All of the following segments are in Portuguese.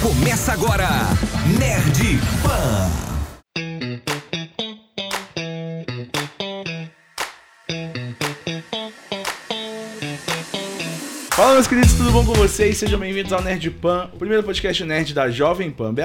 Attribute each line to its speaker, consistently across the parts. Speaker 1: Começa agora, Nerd Pan.
Speaker 2: Fala, meus queridos, tudo bom com vocês? Sejam bem-vindos ao Nerd Pan, o primeiro podcast nerd da Jovem Pan BH,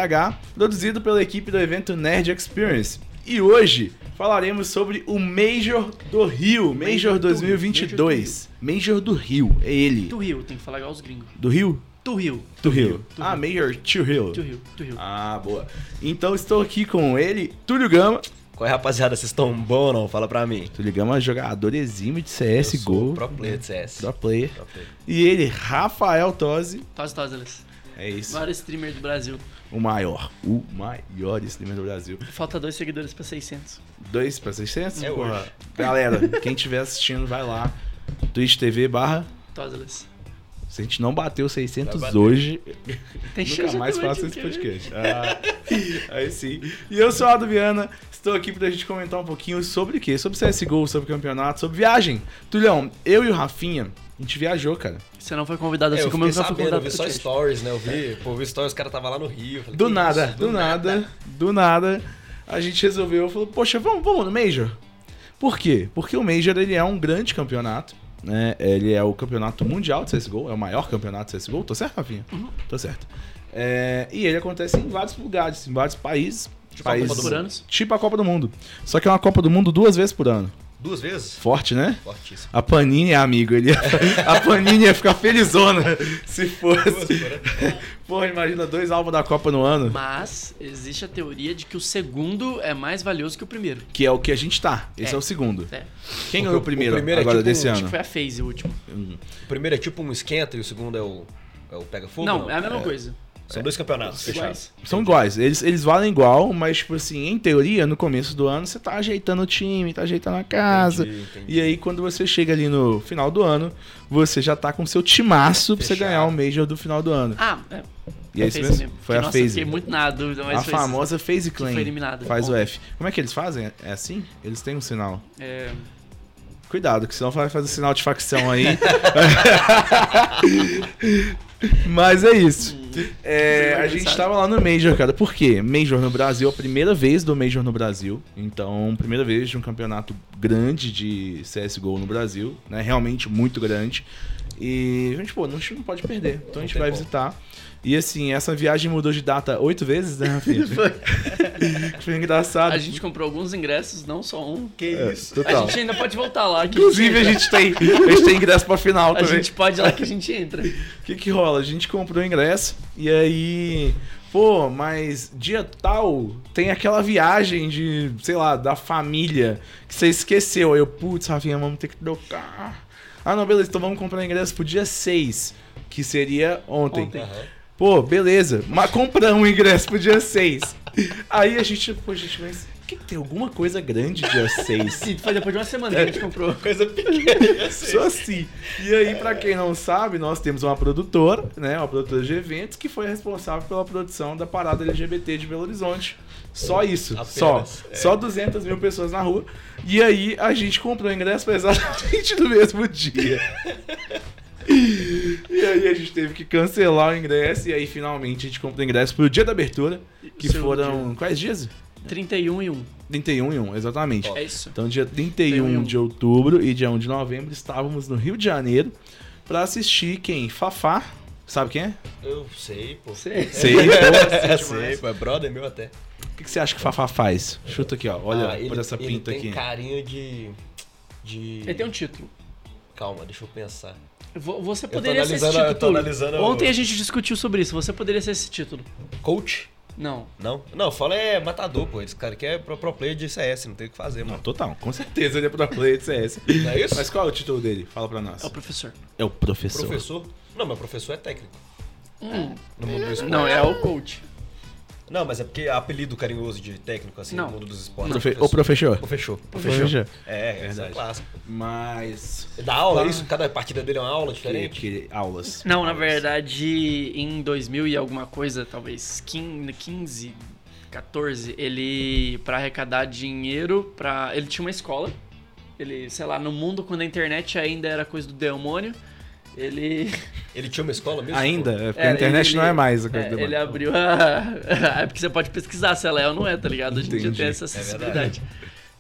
Speaker 2: produzido pela equipe do evento Nerd Experience. E hoje falaremos sobre o Major do Rio, Major
Speaker 3: Major do Rio,
Speaker 2: 2022. Major do Rio, é ele.
Speaker 3: To Rio, tem que falar igual os gringos.
Speaker 2: Do Rio?
Speaker 3: To Rio,
Speaker 2: Do Rio.
Speaker 3: do
Speaker 2: Ah, Major to
Speaker 3: to
Speaker 2: Rio.
Speaker 3: Rio, to Rio.
Speaker 2: Ah, boa. Então estou aqui com ele, Túlio Gama.
Speaker 4: Qual é, rapaziada? Vocês estão bom ou não? Fala pra mim.
Speaker 2: Túlio Gama, jogador exímio de
Speaker 4: Eu sou
Speaker 2: CSGO,
Speaker 4: Pro player de CS.
Speaker 2: pro player.
Speaker 4: Pro player.
Speaker 2: E ele, Rafael Tosi.
Speaker 3: Tose Tozelas.
Speaker 2: É isso.
Speaker 3: Maior streamer do Brasil.
Speaker 2: O maior. O maior streamer do Brasil.
Speaker 3: Falta dois seguidores pra 600.
Speaker 2: Dois pra 600?
Speaker 4: É
Speaker 2: porra.
Speaker 4: hoje.
Speaker 2: Galera, quem estiver assistindo, vai lá. Twitch TV barra.
Speaker 3: Tozelas.
Speaker 2: Se a gente não bateu 600
Speaker 4: Vai bater.
Speaker 2: hoje,
Speaker 3: Tem
Speaker 2: nunca mais
Speaker 3: também
Speaker 2: faço
Speaker 3: de um
Speaker 2: esse
Speaker 3: querer.
Speaker 2: podcast. Ah, aí sim. E eu sou a Ado Viana, estou aqui pra gente comentar um pouquinho sobre o quê? Sobre CSGO, sobre campeonato, sobre viagem. Tulhão, eu e o Rafinha, a gente viajou, cara.
Speaker 3: Você não foi convidado
Speaker 4: É,
Speaker 3: assim
Speaker 4: eu
Speaker 3: como
Speaker 4: fiquei
Speaker 3: eu nunca fui
Speaker 4: sabendo, eu
Speaker 3: convidado pro
Speaker 4: vi só
Speaker 3: podcast.
Speaker 4: stories, né? Eu vi, pô, eu vi stories, os caras tava lá no Rio. Eu Falei,
Speaker 2: Do
Speaker 4: que
Speaker 2: nada,
Speaker 4: isso?
Speaker 2: do, nada, do nada, a gente resolveu, falou, poxa, vamos, vamos no Major. Por quê? Porque o Major ele é um grande campeonato, né? Ele é o campeonato mundial de CSGO, é o maior campeonato de CSGO, tô certo, Rafinha?
Speaker 4: Uhum.
Speaker 2: Tô certo. É, e ele acontece em vários lugares, em vários países.
Speaker 4: Tipo a Copa
Speaker 2: países
Speaker 4: do
Speaker 3: Por anos.
Speaker 2: Tipo a Copa do Mundo. Só que é uma Copa do Mundo duas vezes por ano.
Speaker 4: Duas vezes?
Speaker 2: Forte, né?
Speaker 4: Fortíssimo.
Speaker 2: A Panini, é amigo, ele ia- a Panini ia ficar felizona se
Speaker 4: Duas,
Speaker 2: fosse.
Speaker 4: fora.
Speaker 2: Porra, imagina dois álbuns da Copa no ano.
Speaker 3: Mas existe a teoria de que o segundo é mais valioso que o primeiro.
Speaker 2: Que é o que a gente tá. Esse é,
Speaker 3: É.
Speaker 2: o segundo.
Speaker 3: É.
Speaker 2: Quem
Speaker 4: Porque
Speaker 2: ganhou o
Speaker 4: o
Speaker 2: primeiro,
Speaker 4: primeiro é
Speaker 2: agora
Speaker 4: tipo
Speaker 2: desse
Speaker 4: um-
Speaker 2: ano?
Speaker 3: Acho que foi a phase o último.
Speaker 4: O primeiro é tipo um esquenta e o segundo é o, é o pega fogo?
Speaker 3: não, é a mesma coisa.
Speaker 4: São dois campeonatos fechados.
Speaker 3: Iguais.
Speaker 2: São iguais. Eles, eles valem igual, mas, tipo assim, em teoria, no começo do ano, você tá ajeitando o time, tá ajeitando a casa.
Speaker 4: Entendi, entendi.
Speaker 2: E aí, quando você chega ali no final do ano, você já tá com seu timaço pra você
Speaker 4: Fechado.
Speaker 2: ganhar o Major do final do ano.
Speaker 3: Ah, é.
Speaker 2: E é isso
Speaker 3: phase
Speaker 2: mesmo. Foi
Speaker 3: Que,
Speaker 2: a
Speaker 3: nossa, eu
Speaker 2: phase.
Speaker 3: fiquei muito na dúvida, mas
Speaker 2: A
Speaker 3: foi-
Speaker 2: famosa phase claim.
Speaker 3: foi eliminada.
Speaker 2: Faz o
Speaker 3: Bom.
Speaker 2: F. Como é que eles fazem? É assim? Eles têm um sinal.
Speaker 3: É,
Speaker 2: Cuidado, que senão vai fazer sinal de facção aí. Mas é isso.
Speaker 3: Hum.
Speaker 2: É, a gente tava lá no Major, cara. Por quê? Major no Brasil, a primeira vez do Major no Brasil. Então, primeira vez de um campeonato grande de CSGO no Brasil, né? Realmente muito grande. E a gente, pô, a gente não pode perder. Então a gente
Speaker 4: tem
Speaker 2: vai
Speaker 4: como.
Speaker 2: visitar. E assim, essa viagem mudou de data oito vezes, né, Rafinha? Foi engraçado.
Speaker 3: a gente comprou alguns ingressos, não só um.
Speaker 4: Que isso?
Speaker 3: A
Speaker 2: É, Total.
Speaker 3: gente ainda pode voltar lá. que
Speaker 2: Inclusive, a
Speaker 3: entra.
Speaker 2: gente tem, a gente tem ingresso pra final
Speaker 3: A
Speaker 2: também.
Speaker 3: gente pode ir lá que a gente entra.
Speaker 2: O que que rola? A gente comprou o ingresso e aí, pô, mas dia tal tem aquela viagem de, sei lá, da família que você esqueceu. Aí eu, putz, Rafinha, vamos ter que trocar. Ah, não, beleza, então vamos comprar ingresso pro dia 6, que seria ontem.
Speaker 3: Ontem.
Speaker 4: Aham.
Speaker 2: Pô, beleza, mas compramos o ingresso pro dia 6. aí a gente, pô, gente, mas que que tem alguma coisa grande dia 6?
Speaker 3: Sim, foi depois de uma semana que a gente comprou.
Speaker 4: É. Coisa pequena.
Speaker 2: Só assim. E aí, pra quem não sabe, nós temos uma produtora, né? Uma produtora de eventos que foi responsável pela produção da parada LGBT de Belo Horizonte. Só isso.
Speaker 4: Apenas,
Speaker 2: só.
Speaker 4: é.
Speaker 2: Só 200 mil pessoas na rua. E aí, a gente comprou o ingresso pra exatamente no mesmo dia. E aí, a gente teve que cancelar o ingresso. E aí, finalmente, a gente comprou o ingresso pro dia da abertura. Que
Speaker 3: Seu
Speaker 2: foram. Quais dias?
Speaker 3: 31 e 1.
Speaker 2: 31 e 1, exatamente.
Speaker 3: É isso.
Speaker 2: Então, dia 31 de outubro e dia 1 de novembro, estávamos no Rio de Janeiro pra assistir quem? Fafá. Sabe quem é?
Speaker 4: Eu sei, pô.
Speaker 3: Sei.
Speaker 2: Sei. pô.
Speaker 4: É, sei, pô. É brother meu até.
Speaker 2: O que que você acha que Fafá faz? Chuta aqui, ó. Olha
Speaker 4: Ah, ele-
Speaker 2: por essa pinta
Speaker 4: ele
Speaker 2: aqui.
Speaker 4: tem carinho de... De...
Speaker 3: Ele tem um título.
Speaker 4: Calma, deixa eu pensar.
Speaker 3: Vo- Você
Speaker 4: tô
Speaker 3: poderia ser esse
Speaker 4: analisando-
Speaker 3: título.
Speaker 4: eu tô analisando o-
Speaker 3: Ontem a gente discutiu sobre isso. Você poderia ser esse título.
Speaker 4: Coach?
Speaker 3: Não.
Speaker 4: Não? Não, fala é matador, pô. Esse cara aqui é pro, pro player de CS, não tem o que fazer,
Speaker 2: Não,
Speaker 4: mano.
Speaker 2: total. Com certeza ele é pro player de CS.
Speaker 4: Não é isso?
Speaker 2: Mas qual é o título dele? Fala pra nós.
Speaker 3: É o professor.
Speaker 2: É o professor.
Speaker 4: professor? Não, mas professor é técnico. É. No mundo do esporte.
Speaker 3: Hum. Não, é o coach.
Speaker 4: Não, mas é porque é apelido carinhoso de técnico, assim,
Speaker 3: Não.
Speaker 4: no mundo dos esportes.
Speaker 2: Profe- O professor.
Speaker 4: Professor.
Speaker 2: Professor.
Speaker 4: É, esse é
Speaker 2: Verdade.
Speaker 4: clássico.
Speaker 2: Mas...
Speaker 4: Ele dá aula,
Speaker 2: Claro.
Speaker 4: é isso? Cada partida dele é uma aula
Speaker 2: Que,
Speaker 4: diferente.
Speaker 2: que aulas.
Speaker 3: Não, na verdade, em 2000 e alguma coisa, talvez 15, 15, 14, ele, pra arrecadar dinheiro, pra... ele tinha uma escola. Ele, sei lá, no mundo quando a internet ainda era coisa do demônio, Ele.
Speaker 4: Ele tinha uma escola mesmo?
Speaker 2: Ainda, é porque
Speaker 3: É,
Speaker 2: a internet
Speaker 3: ele-
Speaker 2: não é mais a coisa
Speaker 3: é,
Speaker 2: do
Speaker 3: ele
Speaker 2: banco.
Speaker 3: abriu a. É porque você pode pesquisar se ela é ou não é, tá ligado? Hoje em dia
Speaker 2: Entendi.
Speaker 3: tem essa
Speaker 4: É
Speaker 3: acessibilidade.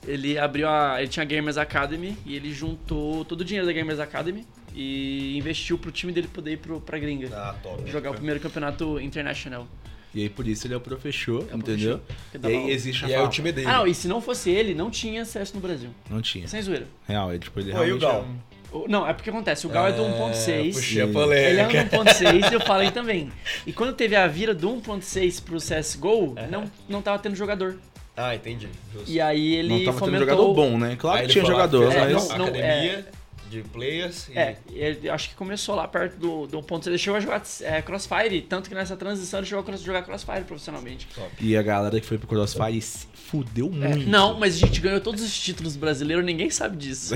Speaker 3: ele abriu a. Ele tinha a Gamers Academy e ele juntou todo o dinheiro da Gamers Academy e investiu pro time dele poder ir pro, pra gringa.
Speaker 4: pô? Ah, top.
Speaker 3: Jogar o primeiro campeonato international.
Speaker 2: E aí por isso ele é o professor,
Speaker 3: É o
Speaker 2: entendeu?
Speaker 3: professor que
Speaker 2: E
Speaker 3: dá
Speaker 2: aí
Speaker 3: aula.
Speaker 2: existe a
Speaker 4: E aí
Speaker 2: fala.
Speaker 4: o time dele.
Speaker 3: Ah, não, e se não fosse ele, não tinha acesso no Brasil.
Speaker 2: Não tinha.
Speaker 3: Sem zoeira.
Speaker 2: Real, ele tipo, ele
Speaker 4: Pô, e o
Speaker 2: realmente...
Speaker 4: Gal?
Speaker 3: O- Não, é porque acontece, o Gal é, do
Speaker 4: um É,
Speaker 3: 1.6.
Speaker 4: Puxei a
Speaker 2: Ele-
Speaker 3: Ele
Speaker 4: polêmica.
Speaker 3: é um 1.6 e eu falei também. E quando teve a vira do 1.6 pro CSGO,
Speaker 2: É.
Speaker 3: não, não tava tendo jogador.
Speaker 4: Ah, entendi. Justo.
Speaker 3: E aí ele
Speaker 2: Não tava
Speaker 3: fomentou...
Speaker 2: tendo jogador bom, né? Claro que
Speaker 4: Aí ele
Speaker 2: tinha
Speaker 4: foi lá,
Speaker 2: jogador, né?
Speaker 4: fez
Speaker 3: É,
Speaker 2: mas...
Speaker 4: a
Speaker 3: não, não, é.
Speaker 4: academia de players e...
Speaker 3: É, e ele- acho que começou lá perto do, do 1.6. Ele chegou a jogar é, Crossfire, tanto que nessa transição ele chegou a cross- jogar Crossfire profissionalmente.
Speaker 2: E a galera que foi pro Crossfire se fudeu
Speaker 3: É,
Speaker 2: muito.
Speaker 3: não, mas a gente ganhou todos os títulos brasileiros, ninguém sabe disso.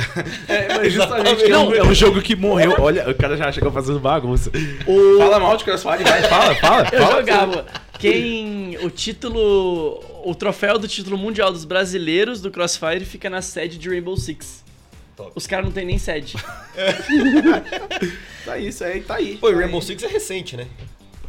Speaker 2: É, mas justamente
Speaker 3: Exatamente.
Speaker 2: é um- é um jogo que morreu. Olha, o cara já chegou fazendo bagunça.
Speaker 3: O-
Speaker 2: Fala mal de Crossfire, vai, fala, fala.
Speaker 3: Eu
Speaker 2: fala.
Speaker 3: jogava. Quem. O título. O troféu do título mundial dos brasileiros do Crossfire fica na sede de Rainbow Six.
Speaker 4: Top.
Speaker 3: Os caras não tem nem sede.
Speaker 2: Tá isso aí, tá aí.
Speaker 4: Pô, e
Speaker 2: tá
Speaker 4: Rainbow
Speaker 2: aí.
Speaker 4: Six é recente, né?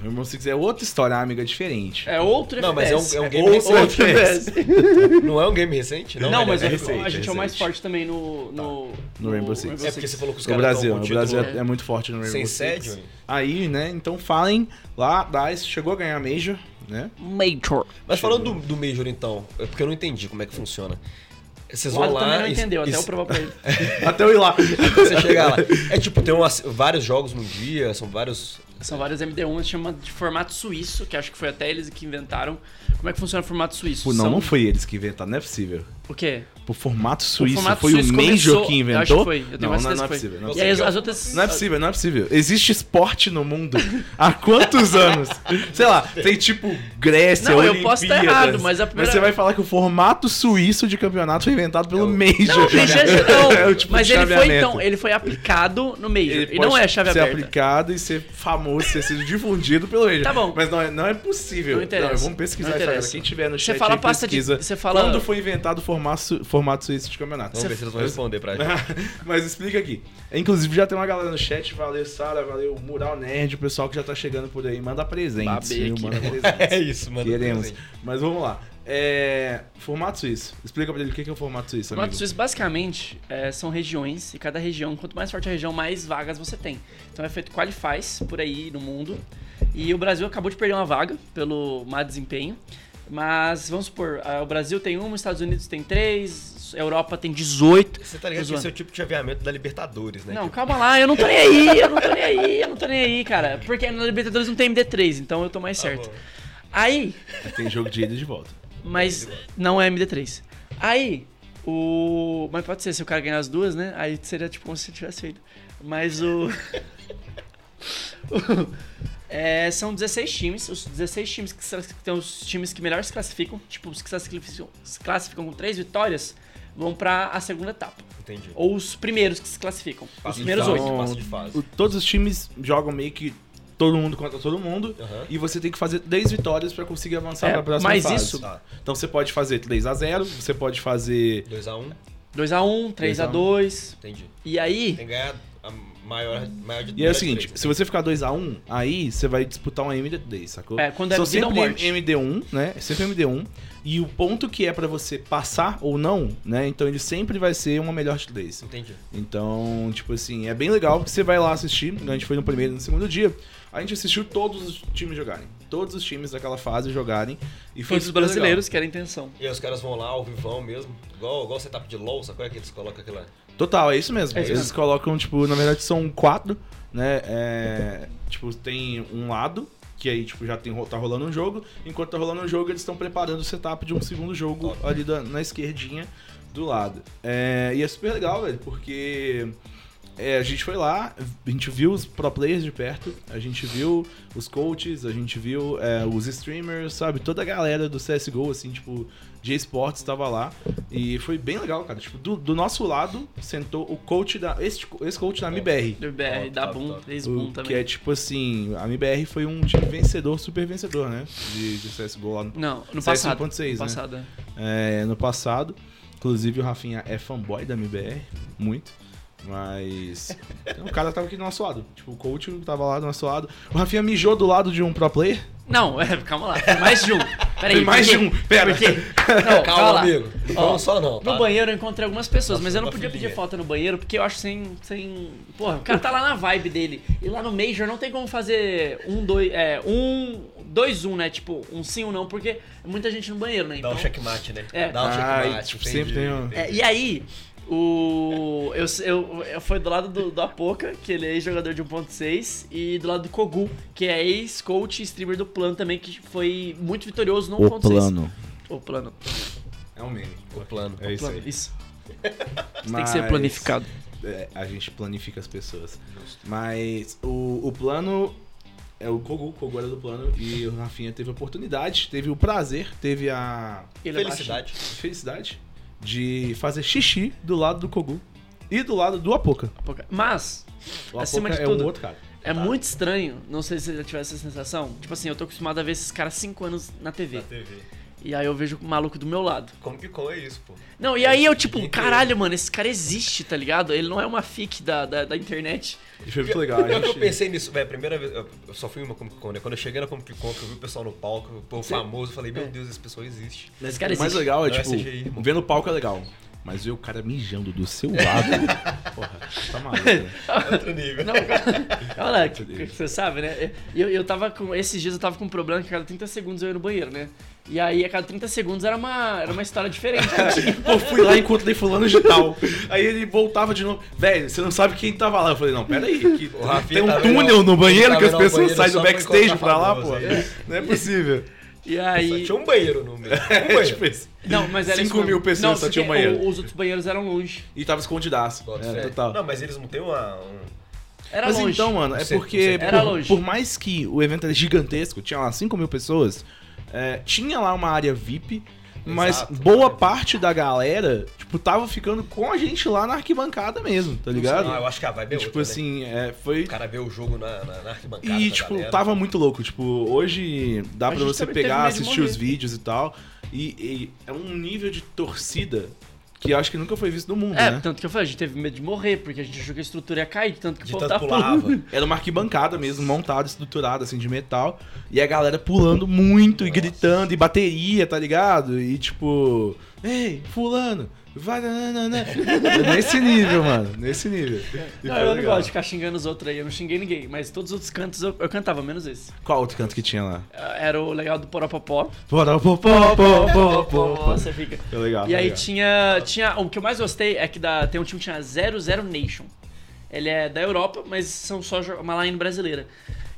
Speaker 2: Rainbow Six é outra história, amiga, diferente.
Speaker 3: É outro
Speaker 4: Não, mas é um,
Speaker 3: FPS.
Speaker 4: é um game
Speaker 2: outro
Speaker 4: recente.
Speaker 2: FPS.
Speaker 4: Não é um game recente?
Speaker 3: Não,
Speaker 4: né?
Speaker 3: mas
Speaker 4: é,
Speaker 3: o-
Speaker 2: recente,
Speaker 3: a gente é o mais
Speaker 2: recente.
Speaker 3: forte também no. No,
Speaker 2: No Rainbow Six.
Speaker 4: É porque você falou que os
Speaker 2: o
Speaker 4: caras
Speaker 2: Brasil,
Speaker 4: estão
Speaker 2: o
Speaker 4: com
Speaker 2: Brasil
Speaker 4: título
Speaker 2: é. muito forte no Rainbow
Speaker 4: sem
Speaker 2: Six.
Speaker 4: sede. velho.
Speaker 2: Aí, né, então falem lá, DICE chegou a ganhar a Major, né?
Speaker 3: Major.
Speaker 4: Mas falando do, do Major, então, é porque eu não entendi como é que funciona. Vocês
Speaker 3: O
Speaker 4: vão
Speaker 3: Lado
Speaker 4: lá...
Speaker 3: também não
Speaker 4: e-
Speaker 3: entendeu,
Speaker 4: e-
Speaker 3: até eu provar pra ele.
Speaker 2: Até eu ir lá.
Speaker 4: Você chega lá. É tipo, tem umas- vários jogos no dia, são vários...
Speaker 3: São várias MD1, chama de formato suíço, que acho que foi até eles que inventaram. Como é que funciona o formato suíço?
Speaker 2: Pô, Tipo, não,
Speaker 3: São-
Speaker 2: não foi eles que inventaram, não é possível.
Speaker 3: O quê?
Speaker 2: O formato suíço
Speaker 3: formato
Speaker 2: foi
Speaker 3: suíço
Speaker 2: o Major
Speaker 3: começou-
Speaker 2: que
Speaker 3: eu
Speaker 2: inventou?
Speaker 3: acho que foi, eu tenho
Speaker 2: não,
Speaker 3: mais
Speaker 2: não,
Speaker 3: certeza
Speaker 2: não é
Speaker 3: que foi.
Speaker 2: possível. Não é
Speaker 3: E
Speaker 2: possível.
Speaker 3: aí as,
Speaker 4: que eu-
Speaker 3: as outras.
Speaker 2: Não é possível, não é possível. Existe esporte no mundo há quantos anos? Sei lá, tem tipo Grécia,
Speaker 3: Não,
Speaker 2: Olimpíadas.
Speaker 3: eu posso tá errado, mas a primeira-
Speaker 2: você vai falar que o formato suíço de campeonato foi inventado pelo
Speaker 4: É o-
Speaker 3: Não,
Speaker 2: Major.
Speaker 3: tem gente- não,
Speaker 2: É o tipo
Speaker 3: mas
Speaker 2: de
Speaker 3: ele foi
Speaker 2: chaveamento.
Speaker 3: então, ele foi aplicado no Major.
Speaker 2: Ele
Speaker 3: e não
Speaker 2: pode
Speaker 3: é chave
Speaker 2: ser
Speaker 3: aberta.
Speaker 2: aplicado e ser famoso, ser sido difundido pelo Major.
Speaker 3: Tá bom.
Speaker 2: Mas não é, não é possível.
Speaker 3: Não interessa.
Speaker 2: vamos pesquisar
Speaker 3: Não
Speaker 2: isso agora.
Speaker 3: interessa.
Speaker 2: Quem tiver no
Speaker 3: Você
Speaker 2: chat
Speaker 3: fala
Speaker 2: aí,
Speaker 3: pasta de-
Speaker 2: pesquisa
Speaker 3: você fala-
Speaker 2: quando foi inventado o formato, su- formato suíço de campeonato.
Speaker 4: Vamos ver se eles vão responder pra gente.
Speaker 2: Mas explica aqui. Inclusive, já tem uma galera no chat. Valeu, Sara. Valeu, Mural Nerd. O pessoal que já tá chegando por aí. Manda presentes.
Speaker 3: Babei
Speaker 2: Viu?
Speaker 3: aqui,
Speaker 2: Manda
Speaker 3: né?
Speaker 2: presentes.
Speaker 4: É isso, mano.
Speaker 2: Queremos. Mas vamos lá. É... Formato suíço. Explica pra ele o que que é o formato suíço,
Speaker 3: O
Speaker 2: amigo.
Speaker 3: Mato Suíço, basicamente, é, são regiões, e cada região, quanto mais forte a região, mais vagas você tem. Então é feito qualifies por aí no mundo. E o Brasil acabou de perder uma vaga pelo má desempenho. Mas vamos supor, ah, o Brasil tem uma, os Estados Unidos tem três, a Europa tem 18.
Speaker 4: Você tá ligado
Speaker 3: Tô
Speaker 4: que esse é
Speaker 3: zoando.
Speaker 4: o tipo de chaveamento da Libertadores, né?
Speaker 3: Não, calma lá, eu não tô nem aí, eu não tô nem aí, eu não tô nem aí, cara. Porque na Libertadores não tem MD3, então eu tô mais certo.
Speaker 4: bom.
Speaker 3: Aí,
Speaker 2: Tem jogo de ida e de volta.
Speaker 3: Mas não é MD3. Aí, o. Mas pode ser, se o cara ganhar as duas, né? Aí seria tipo como se tivesse feito. Mas o. É, são 16 times, os 16 times que se- que tem os times que melhor se classificam, tipo, os que se classificam, se classificam com três vitórias, vão pra a segunda etapa.
Speaker 4: Tipo, Entendi.
Speaker 3: Ou os primeiros que se classificam. Os
Speaker 4: Passa de
Speaker 3: primeiros
Speaker 4: fase,
Speaker 3: oito.
Speaker 4: Passa de fase.
Speaker 2: O- Todos os times jogam meio que todo mundo contra todo mundo.
Speaker 4: Aham.
Speaker 2: E você tem que fazer 10 vitórias pra conseguir avançar
Speaker 3: É,
Speaker 2: pra próxima
Speaker 3: mas
Speaker 2: fase.
Speaker 3: isso-
Speaker 4: Tá.
Speaker 2: Então você pode fazer 3x0, você pode fazer
Speaker 4: 2x1,
Speaker 3: 2x1, 3x2.
Speaker 4: entendi.
Speaker 3: E aí.
Speaker 4: um. Tem que ganhar a maior, maior de
Speaker 2: E é o
Speaker 4: de
Speaker 2: seguinte,
Speaker 4: três,
Speaker 2: se você ficar 2x1, aí você vai disputar um MD3, sacou?
Speaker 3: É, quando é
Speaker 2: São
Speaker 3: vida ou
Speaker 2: sempre
Speaker 3: morte.
Speaker 2: MD1, né? É sempre MD1. E o ponto que é pra você passar ou não, né? Então ele sempre vai ser uma melhor de três.
Speaker 4: Entendi.
Speaker 2: Então, tipo assim, é bem legal porque você vai lá assistir. A gente foi no primeiro e no segundo dia. A gente assistiu todos os times jogarem. Todos os times daquela fase jogarem. E foi
Speaker 3: Todos os
Speaker 2: super legal.
Speaker 3: brasileiros, que era a intenção.
Speaker 4: E aí os caras vão lá ao vivão mesmo, igual, igual o setup de LoL, sacou? É que eles colocam aquela...
Speaker 2: Total, é isso mesmo.
Speaker 3: É isso
Speaker 2: Eles
Speaker 3: mesmo.
Speaker 2: colocam, tipo, na verdade são quatro, né?
Speaker 3: Então.
Speaker 2: É, tipo, tem um lado, que aí, tipo, já tem, ro- tá rolando um jogo. Enquanto tá rolando um jogo, eles estão preparando o setup de um segundo jogo ali da- na esquerdinha do lado. É, e é super legal, velho, porque. é, a gente foi lá, a gente viu os pro players de perto, a gente viu os coaches, a gente viu é, os streamers, sabe? Toda a galera do CSGO, assim, tipo, de esportes tava lá. E foi bem legal, cara. Tipo, do, do nosso lado sentou o coach da. Esse, tipo, esse coach da MBR.
Speaker 3: Do BR,
Speaker 4: Top,
Speaker 3: da É,
Speaker 4: top,
Speaker 3: Boom,
Speaker 4: top.
Speaker 3: ex-Boom
Speaker 2: que
Speaker 3: também.
Speaker 2: é tipo assim, a MBR foi um time vencedor, super vencedor, né? De, de CSGO lá no,
Speaker 3: Não, no
Speaker 2: CS
Speaker 3: passado.
Speaker 2: 1.6,
Speaker 3: no
Speaker 2: né?
Speaker 3: passado. é.
Speaker 2: é, no passado. Inclusive o Rafinha é fanboy da MBR, muito. Mas. o cara tava aqui do nosso lado. Tipo, o coach tava lá do nosso lado. O Rafinha mijou do lado de um pro player.
Speaker 3: Não, é, calma lá. Tem mais de um. Peraí.
Speaker 2: Tem mais
Speaker 3: por
Speaker 2: de
Speaker 3: quê?
Speaker 2: um. Pera.
Speaker 3: Por quê? Não,
Speaker 4: Calma,
Speaker 3: lá.
Speaker 4: amigo. Não
Speaker 3: Ó,
Speaker 4: fala só não,
Speaker 3: No
Speaker 4: tá?
Speaker 3: banheiro eu encontrei algumas pessoas, mas eu não
Speaker 4: Nossa,
Speaker 3: podia
Speaker 4: uma
Speaker 3: pedir
Speaker 4: filhinha.
Speaker 3: foto no banheiro porque eu acho sem, sem. Porra, o cara tá lá na vibe dele. E lá no Major não tem como fazer um, dois. É, um, dois, um, né? Tipo, um sim, um não, porque é muita gente no banheiro, né?
Speaker 4: Dá um
Speaker 3: Então-
Speaker 4: checkmate, né?
Speaker 3: É.
Speaker 4: Dá um
Speaker 2: Ah,
Speaker 4: checkmate.
Speaker 2: tipo, sempre tem um-
Speaker 3: É, e aí, o. Eu, eu, eu fui do lado do, do Apoca, que ele é ex-jogador de 1.6, e do lado do Kogu, que é ex-coach e streamer do plano também, que foi muito vitorioso no 1.6.
Speaker 5: O plano.
Speaker 3: O plano.
Speaker 2: É um meme.
Speaker 4: O plano.
Speaker 2: É isso
Speaker 3: plano
Speaker 2: aí.
Speaker 3: isso.
Speaker 2: Mas...
Speaker 3: Tem que ser planificado.
Speaker 2: É, a gente planifica as pessoas. Mas o, o plano. É o Kogu, o Kogu era do plano. E o Rafinha teve a oportunidade, teve o prazer, teve a
Speaker 3: Ele é
Speaker 4: Felicidade.
Speaker 2: felicidade de fazer xixi do lado do Kogu e do lado do Apoca.
Speaker 3: baixo, Apoca. Mas,
Speaker 2: O
Speaker 3: Acima
Speaker 2: Apoca
Speaker 3: de
Speaker 2: é
Speaker 3: tudo.
Speaker 2: um outro cara.
Speaker 3: É muito estranho, não sei se você já tiver essa sensação. Tipo assim, eu tô acostumado a ver esses caras 5 anos na TV.
Speaker 4: Na TV.
Speaker 3: E aí eu vejo o maluco do meu lado.
Speaker 4: Como que com é isso, pô?
Speaker 3: Não, e aí eu, tipo, caralho, mano, esse cara existe, tá ligado? Ele não é uma fic da, da, da internet.
Speaker 2: E foi muito legal. a
Speaker 4: Pior que eu
Speaker 2: gente-
Speaker 4: pensei nisso, velho. Primeira vez, eu eu só fui em uma Comic Con, né? Quando eu cheguei na Comic Con, que eu vi o pessoal no palco, o povo famoso, eu falei, meu
Speaker 3: É.
Speaker 4: Deus, esse pessoal existe.
Speaker 3: Mas esse cara
Speaker 2: o mais
Speaker 3: existe.
Speaker 2: legal é,
Speaker 4: Não é
Speaker 2: tipo,
Speaker 4: CGI, irmão.
Speaker 2: vendo o palco é legal. Mas ver o cara mijando do seu lado. porra, tá maluco. né?
Speaker 4: É Outro nível.
Speaker 3: Não, olha, que- que você sabe, né? Eu, eu tava com. Esses dias eu tava com um problema que a cada 30 segundos eu ia no banheiro, né? E aí a cada 30 segundos era uma, era uma história diferente.
Speaker 2: Pô, fui lá e encontrei fulano de tal. Aí ele voltava de novo. Velho, você não sabe quem tava lá. Eu falei, não, peraí. Que
Speaker 4: O Rafinha
Speaker 2: tem um
Speaker 4: tá vendo-
Speaker 2: túnel no banheiro
Speaker 4: tá
Speaker 2: que as
Speaker 4: vendo o
Speaker 2: pessoas
Speaker 4: banheiro
Speaker 2: saem do
Speaker 4: só pra
Speaker 2: backstage
Speaker 4: encontrar
Speaker 2: pra lá, pô.
Speaker 4: famoso, é.
Speaker 2: Não é possível.
Speaker 3: E aí.
Speaker 4: Tinha um banheiro no meio. Um
Speaker 2: É,
Speaker 4: banheiro.
Speaker 2: tipo isso.
Speaker 3: Não, mas era
Speaker 2: Cinco
Speaker 3: isso mesmo.
Speaker 2: mil pessoas
Speaker 3: Não,
Speaker 2: só tinha um
Speaker 3: porque
Speaker 2: banheiro.
Speaker 3: o- Os outros banheiros eram longe.
Speaker 2: E tava escondidaço.
Speaker 4: Bota
Speaker 2: É,
Speaker 4: fé.
Speaker 2: total.
Speaker 4: Não, mas eles não têm uma. um-
Speaker 3: Era
Speaker 2: mas
Speaker 3: longe.
Speaker 2: então, mano, é
Speaker 4: Não sei,
Speaker 2: porque
Speaker 4: não sei.
Speaker 3: Era
Speaker 2: por,
Speaker 3: longe.
Speaker 2: por mais que o evento era gigantesco, tinha lá 5 mil pessoas, é, tinha lá uma área VIP, mas
Speaker 4: Exato.
Speaker 2: boa parte da galera, tipo, tava ficando com a gente lá na arquibancada mesmo, tá ligado?
Speaker 4: Ah, eu acho que a vibe
Speaker 2: E,
Speaker 4: é
Speaker 2: tipo
Speaker 4: outra, né?
Speaker 2: assim, é, foi.
Speaker 4: O cara vê o jogo na, na, na arquibancada.
Speaker 2: E,
Speaker 4: da
Speaker 2: tipo,
Speaker 4: galera.
Speaker 2: tava muito louco. Tipo, hoje dá
Speaker 3: A
Speaker 2: pra
Speaker 3: gente
Speaker 2: você
Speaker 3: também teve
Speaker 2: pegar,
Speaker 3: medo de
Speaker 2: assistir os
Speaker 3: morrer.
Speaker 2: vídeos e tal. E, e é um nível de torcida que eu acho que nunca foi visto no mundo,
Speaker 3: É,
Speaker 2: né?
Speaker 3: tanto que eu falei, a gente teve medo de morrer, porque a gente achou que a estrutura ia cair, de tanto que
Speaker 4: De
Speaker 3: o
Speaker 4: tanto
Speaker 3: povo tava
Speaker 4: pulava.
Speaker 3: pulando.
Speaker 2: Era uma arquibancada mesmo, montada, estruturada, assim, de metal. E a galera pulando muito e gritando, e bateria, tá ligado? E tipo, ei, fulano, vai, né, nananana. Nesse nível, mano, nesse nível. E
Speaker 3: Não,
Speaker 2: foi
Speaker 3: eu não
Speaker 2: legal.
Speaker 3: gosto de ficar xingando os outros aí, eu não xinguei ninguém, mas todos os outros cantos eu, eu cantava, menos esse.
Speaker 2: Qual outro canto que tinha lá?
Speaker 3: É. Era o legal do Poropopó.
Speaker 2: Bora, pô, pô, pô, pô, pô, pô.
Speaker 3: Você fica.
Speaker 2: Foi legal.
Speaker 3: E
Speaker 2: foi
Speaker 3: aí
Speaker 2: legal.
Speaker 3: tinha, tinha. O que eu mais gostei é que da, tem um time que chama 00 Nation. Ele é da Europa, mas são só jo- uma line brasileira.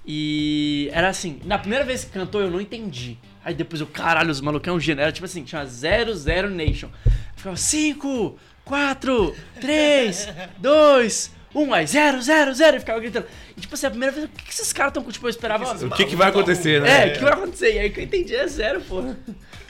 Speaker 3: E era assim, na primeira vez que cantou eu não entendi. Aí depois eu, caralho, os malucão é um gênio. Era tipo assim, tinha 00 Nation. Eu Ficava 5, 4, 3, 2, 1, aí 0, 0, 0. E ficava gritando. E tipo assim, a primeira vez, o que, que esses caras estão com? Tipo, eu esperava.
Speaker 2: O que que vai acontecer, né?
Speaker 3: É, o que vai acontecer? E aí que eu entendi, é zero, porra.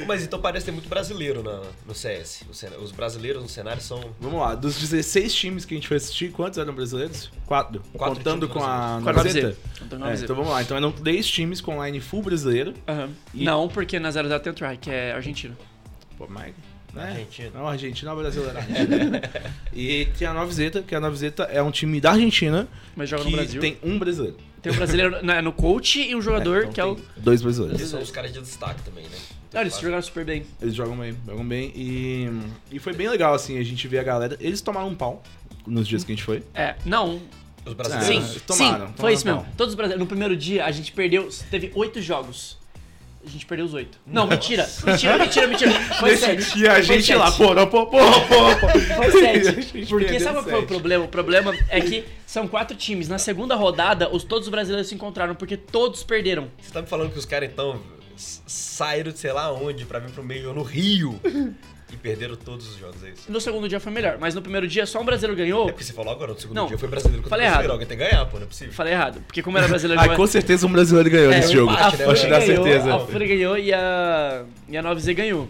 Speaker 4: Mas então parece ter muito brasileiro na, no CS. O cena- Os brasileiros no cenário são.
Speaker 2: Vamos lá, dos 16 times que a gente foi assistir, quantos eram brasileiros? Quatro.
Speaker 4: Quatro
Speaker 2: Contando
Speaker 4: times
Speaker 2: com a
Speaker 4: brasileiros.
Speaker 3: Com a
Speaker 2: Gazeta.
Speaker 3: Gazeta. Contando com a
Speaker 2: É,
Speaker 3: Gazeta.
Speaker 2: então vamos lá, então eram três times com line full brasileiro.
Speaker 3: Aham.
Speaker 2: E-
Speaker 3: Não, porque na 00 tem o Try, que é argentino.
Speaker 2: Pô, mas. Né?
Speaker 4: Argentina.
Speaker 2: Não, Argentina, é brasileira. e tem a Novezeta, que a Novezeta é um time da Argentina
Speaker 3: Mas joga
Speaker 2: que
Speaker 3: no Brasil. Tem...
Speaker 2: tem um brasileiro.
Speaker 3: um brasileiro na- no coach e um jogador
Speaker 2: Então
Speaker 3: que é o.
Speaker 2: tem Dois brasileiros.
Speaker 4: Eles são os caras de destaque também, né?
Speaker 3: Não,
Speaker 4: Então,
Speaker 3: eles
Speaker 4: faz-
Speaker 3: jogaram super bem.
Speaker 2: Eles jogam bem, jogam bem. E, e foi bem legal, assim, a gente ver a galera. Eles tomaram um pau nos dias que a gente foi.
Speaker 3: É, não.
Speaker 4: Os
Speaker 3: sim,
Speaker 4: brasileiros.
Speaker 2: É, eles
Speaker 3: sim.
Speaker 2: tomaram,
Speaker 3: foi
Speaker 2: tomaram
Speaker 3: isso mesmo.
Speaker 2: pau.
Speaker 3: Todos os brasileiros. No primeiro dia a gente perdeu. Teve oito jogos. A gente perdeu os oito. Não, mentira. Mentira, mentira, mentira. Foi sete.
Speaker 2: E a
Speaker 3: Foi
Speaker 2: gente lá,
Speaker 3: sete.
Speaker 2: pô, pô, pô, pô.
Speaker 3: Foi
Speaker 2: A gente
Speaker 3: sete. Porque
Speaker 2: perdeu
Speaker 3: sabe qual foi o
Speaker 2: sete.
Speaker 3: problema? O problema é que são quatro times. Na segunda rodada, os, todos os brasileiros se encontraram porque todos perderam.
Speaker 4: Você tá me falando que os caras então s- saíram de sei lá onde pra vir pro meio no Rio e perderam todos os jogos, é isso?
Speaker 3: No segundo dia foi melhor, mas no primeiro dia só um brasileiro ganhou.
Speaker 4: É porque você falou agora, no segundo
Speaker 3: Não,
Speaker 4: dia foi brasileiro contra
Speaker 3: falei
Speaker 4: brasileiro.
Speaker 3: errado.
Speaker 4: Alguém tem que ganhar, pô, não é possível.
Speaker 3: Falei errado, porque como era brasileiro... é- Ah,
Speaker 2: Ah, com certeza um brasileiro ganhou nesse
Speaker 4: um
Speaker 2: jogo.
Speaker 4: empate, né?
Speaker 2: Pode te dar
Speaker 3: ganhou,
Speaker 2: certeza.
Speaker 3: A Fúria ganhou e a, e a 9Z ganhou.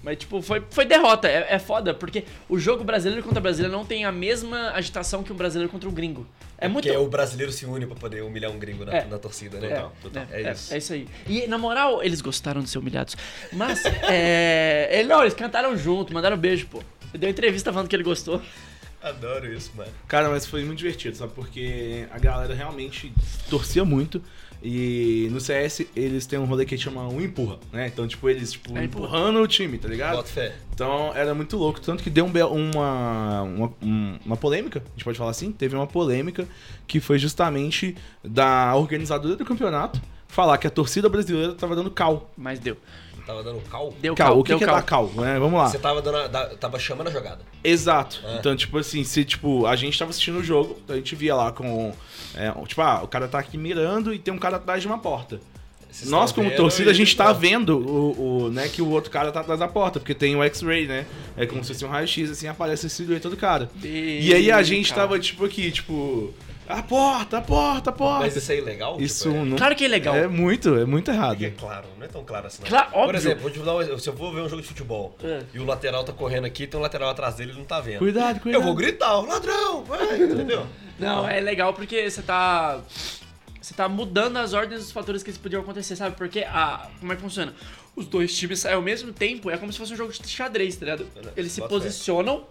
Speaker 3: Mas, tipo, foi, foi derrota. É, é foda, porque o jogo brasileiro contra brasileiro não tem a mesma agitação que um brasileiro contra um gringo. É muito...
Speaker 4: Porque o brasileiro se une pra poder humilhar um gringo na,
Speaker 3: É.
Speaker 4: na torcida,
Speaker 3: É,
Speaker 4: né? Não, total.
Speaker 3: é, é,
Speaker 4: isso.
Speaker 3: é aí. E na moral, eles gostaram de ser humilhados. Mas, é. ele- não, eles cantaram junto, mandaram beijo, pô. Ele deu entrevista falando que ele gostou.
Speaker 4: Adoro isso, mano.
Speaker 2: Cara, mas foi muito divertido, sabe? Porque a galera realmente torcia muito. E no CS eles têm um rolê que chama um empurra, né? Então, tipo, eles, tipo,
Speaker 3: É, empurra.
Speaker 2: empurrando o time, tá ligado?
Speaker 4: Bota fé.
Speaker 2: Então era muito louco, tanto que deu um be- uma, uma, um- uma polêmica, a gente pode falar assim, teve uma polêmica que foi justamente da organizadora do campeonato falar que a torcida brasileira tava dando cal.
Speaker 3: Mas deu.
Speaker 4: Tava dando cal.
Speaker 3: Deu
Speaker 2: cal,
Speaker 3: cal,
Speaker 2: o que,
Speaker 3: deu
Speaker 2: que é
Speaker 3: cal.
Speaker 2: dar cal, né? Vamos lá.
Speaker 4: Você tava, dando a- da- tava chamando a jogada.
Speaker 2: Exato.
Speaker 4: É.
Speaker 2: Então, tipo assim, se tipo, a gente tava assistindo o jogo, então a gente via lá com. é, tipo, ah, o cara tá aqui mirando e tem um cara atrás de uma porta.
Speaker 4: Vocês
Speaker 2: Nós,
Speaker 4: tão
Speaker 2: como
Speaker 4: vendo
Speaker 2: torcida, a
Speaker 4: e-
Speaker 2: gente tá vendo o, o, né, que o outro cara tá atrás da porta, porque tem o X-ray, né? É como se fosse um raio-x, assim, aparece a silhueta do cara. E aí a gente
Speaker 3: Cara.
Speaker 2: tava tipo aqui, tipo, a porta, a porta, a porta.
Speaker 4: Mas isso é ilegal?
Speaker 2: Isso
Speaker 4: Tipo, é-
Speaker 2: não
Speaker 3: Claro que é legal.
Speaker 2: é muito, é muito errado.
Speaker 4: É claro, não é tão claro assim. não.
Speaker 3: Claro,
Speaker 4: Por
Speaker 3: óbvio.
Speaker 4: exemplo, vou te dar um- se eu vou ver um jogo de futebol
Speaker 3: É.
Speaker 4: e o lateral tá correndo aqui, tem um lateral atrás dele e ele não tá vendo.
Speaker 2: Cuidado, cuidado.
Speaker 4: Eu vou gritar, "Ô, ladrão, vai, entendeu?
Speaker 3: Não, é legal porque você tá. Você tá mudando as ordens dos fatores que podiam acontecer, sabe? Porque a. Como é que funciona? Os dois times ao mesmo tempo, é como se fosse um jogo de xadrez, tá ligado? Eles se
Speaker 4: Bota fé.
Speaker 3: posicionam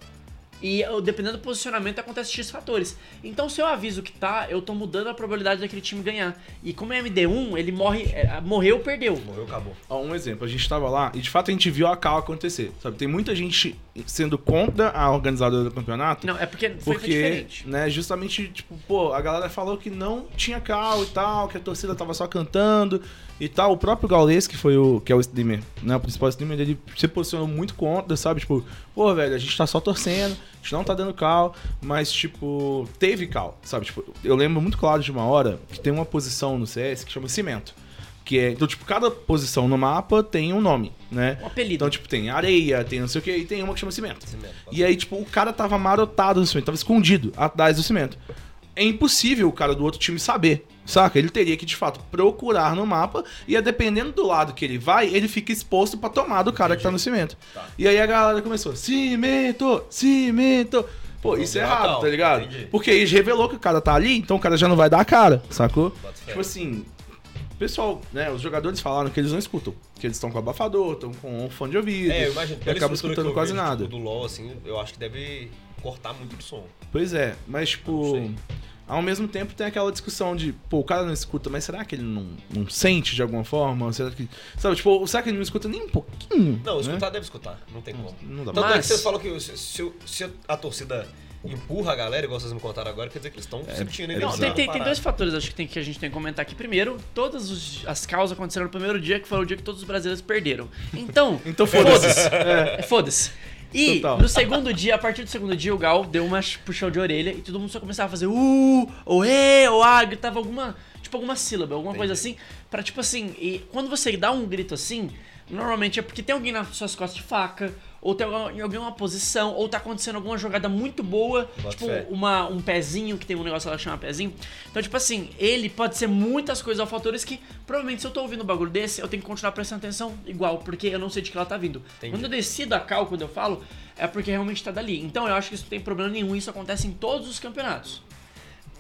Speaker 3: e ó, dependendo do posicionamento acontece X fatores. Então se eu aviso que tá, eu tô mudando a probabilidade daquele time ganhar. E como é MD1, ele morre. é, morreu, perdeu.
Speaker 4: Morreu, acabou.
Speaker 2: Ó, um exemplo, a gente tava lá e de fato a gente viu a Cal acontecer, sabe? Tem muita gente sendo contra a organizadora do campeonato.
Speaker 3: Não, é porque foi, foi
Speaker 2: Porque,
Speaker 3: diferente.
Speaker 2: né, justamente, tipo, pô, a galera falou que não tinha cal e tal, que a torcida tava só cantando e tal. O próprio Gaules, que foi o que é o streamer, né, o principal streamer dele, se posicionou muito contra, sabe? Tipo, pô, velho, a gente tá só torcendo, a gente não tá dando cal, mas, tipo, teve cal, sabe? Tipo, eu lembro muito claro de uma hora que tem uma posição no CS que chama cimento. Que é, então, tipo, cada posição no mapa tem um nome, né?
Speaker 3: Um apelido.
Speaker 2: Então, tipo, tem areia, tem não sei o que, e tem uma que chama cimento.
Speaker 4: Assim mesmo.
Speaker 2: E aí, tipo, o cara tava marotado no cimento, tava escondido atrás do cimento. É impossível o cara do outro time saber, saca? Ele teria que, de fato, procurar no mapa e, é dependendo do lado que ele vai, ele fica exposto pra tomar do cara que tá no cimento.
Speaker 4: Tá.
Speaker 2: E aí a galera começou, cimento, cimento. Pô, isso é
Speaker 4: virar
Speaker 2: errado,
Speaker 4: tal,
Speaker 2: tá ligado?
Speaker 4: entendi.
Speaker 2: Porque aí revelou que o cara tá ali, então o cara já não vai dar a cara, sacou?
Speaker 4: Bota fé.
Speaker 2: Tipo assim, o pessoal, né, os jogadores falaram que eles não escutam, que eles estão com abafador, estão com um fone de ouvido,
Speaker 4: É, eu imagino.
Speaker 2: e
Speaker 4: pela
Speaker 2: acabam
Speaker 4: estrutura
Speaker 2: escutando
Speaker 4: que eu
Speaker 2: quase
Speaker 4: vejo,
Speaker 2: nada.
Speaker 4: Tipo, do LoL, assim, eu acho que deve cortar muito do som.
Speaker 2: Pois é, mas tipo.
Speaker 4: Não sei.
Speaker 2: Ao mesmo tempo tem aquela discussão de, pô, o cara não escuta, mas será que ele não, não sente de alguma forma? Será que. Sabe, tipo, será que ele não escuta nem um pouquinho?
Speaker 4: Não,
Speaker 2: né?
Speaker 4: escutar deve escutar, não tem como.
Speaker 2: Não dá
Speaker 4: Tanto é que
Speaker 3: Mas-
Speaker 4: vocês falam que se, se- se a torcida empurra a galera, igual vocês me contaram agora, quer dizer que eles estão sentindo eles
Speaker 3: Não,
Speaker 4: não
Speaker 3: tem, tem- tem
Speaker 4: pararam.
Speaker 3: dois fatores acho que, tem, que a gente tem que comentar aqui. Primeiro, todas os- as causas aconteceram no primeiro dia, que foi o dia que todos os brasileiros perderam. Então,
Speaker 2: Então foda-se.
Speaker 3: é, foda-se. E
Speaker 2: Total.
Speaker 3: no segundo dia, a partir do segundo dia, o Gal deu uma ch- puxão de orelha e todo mundo só começava a fazer uh, ou e, ou ah, gritava alguma, tipo alguma sílaba, alguma coisa assim, Pra tipo assim, e quando você dá um grito assim, normalmente é porque tem alguém nas suas costas de faca, ou tem alguém em alguma posição, ou tá acontecendo alguma jogada muito boa,
Speaker 4: Bota
Speaker 3: tipo
Speaker 4: fé.
Speaker 3: uma, um pezinho, que tem um negócio lá que chama pezinho. Então, tipo assim, ele pode ser muitas coisas ou fatores que, provavelmente, se eu tô ouvindo um bagulho desse, eu tenho que continuar prestando atenção igual, porque eu não sei de que ela tá vindo. Quando eu decido a cal, quando eu falo, é porque realmente tá dali. Então, eu acho que isso não tem problema nenhum, isso acontece em todos os campeonatos.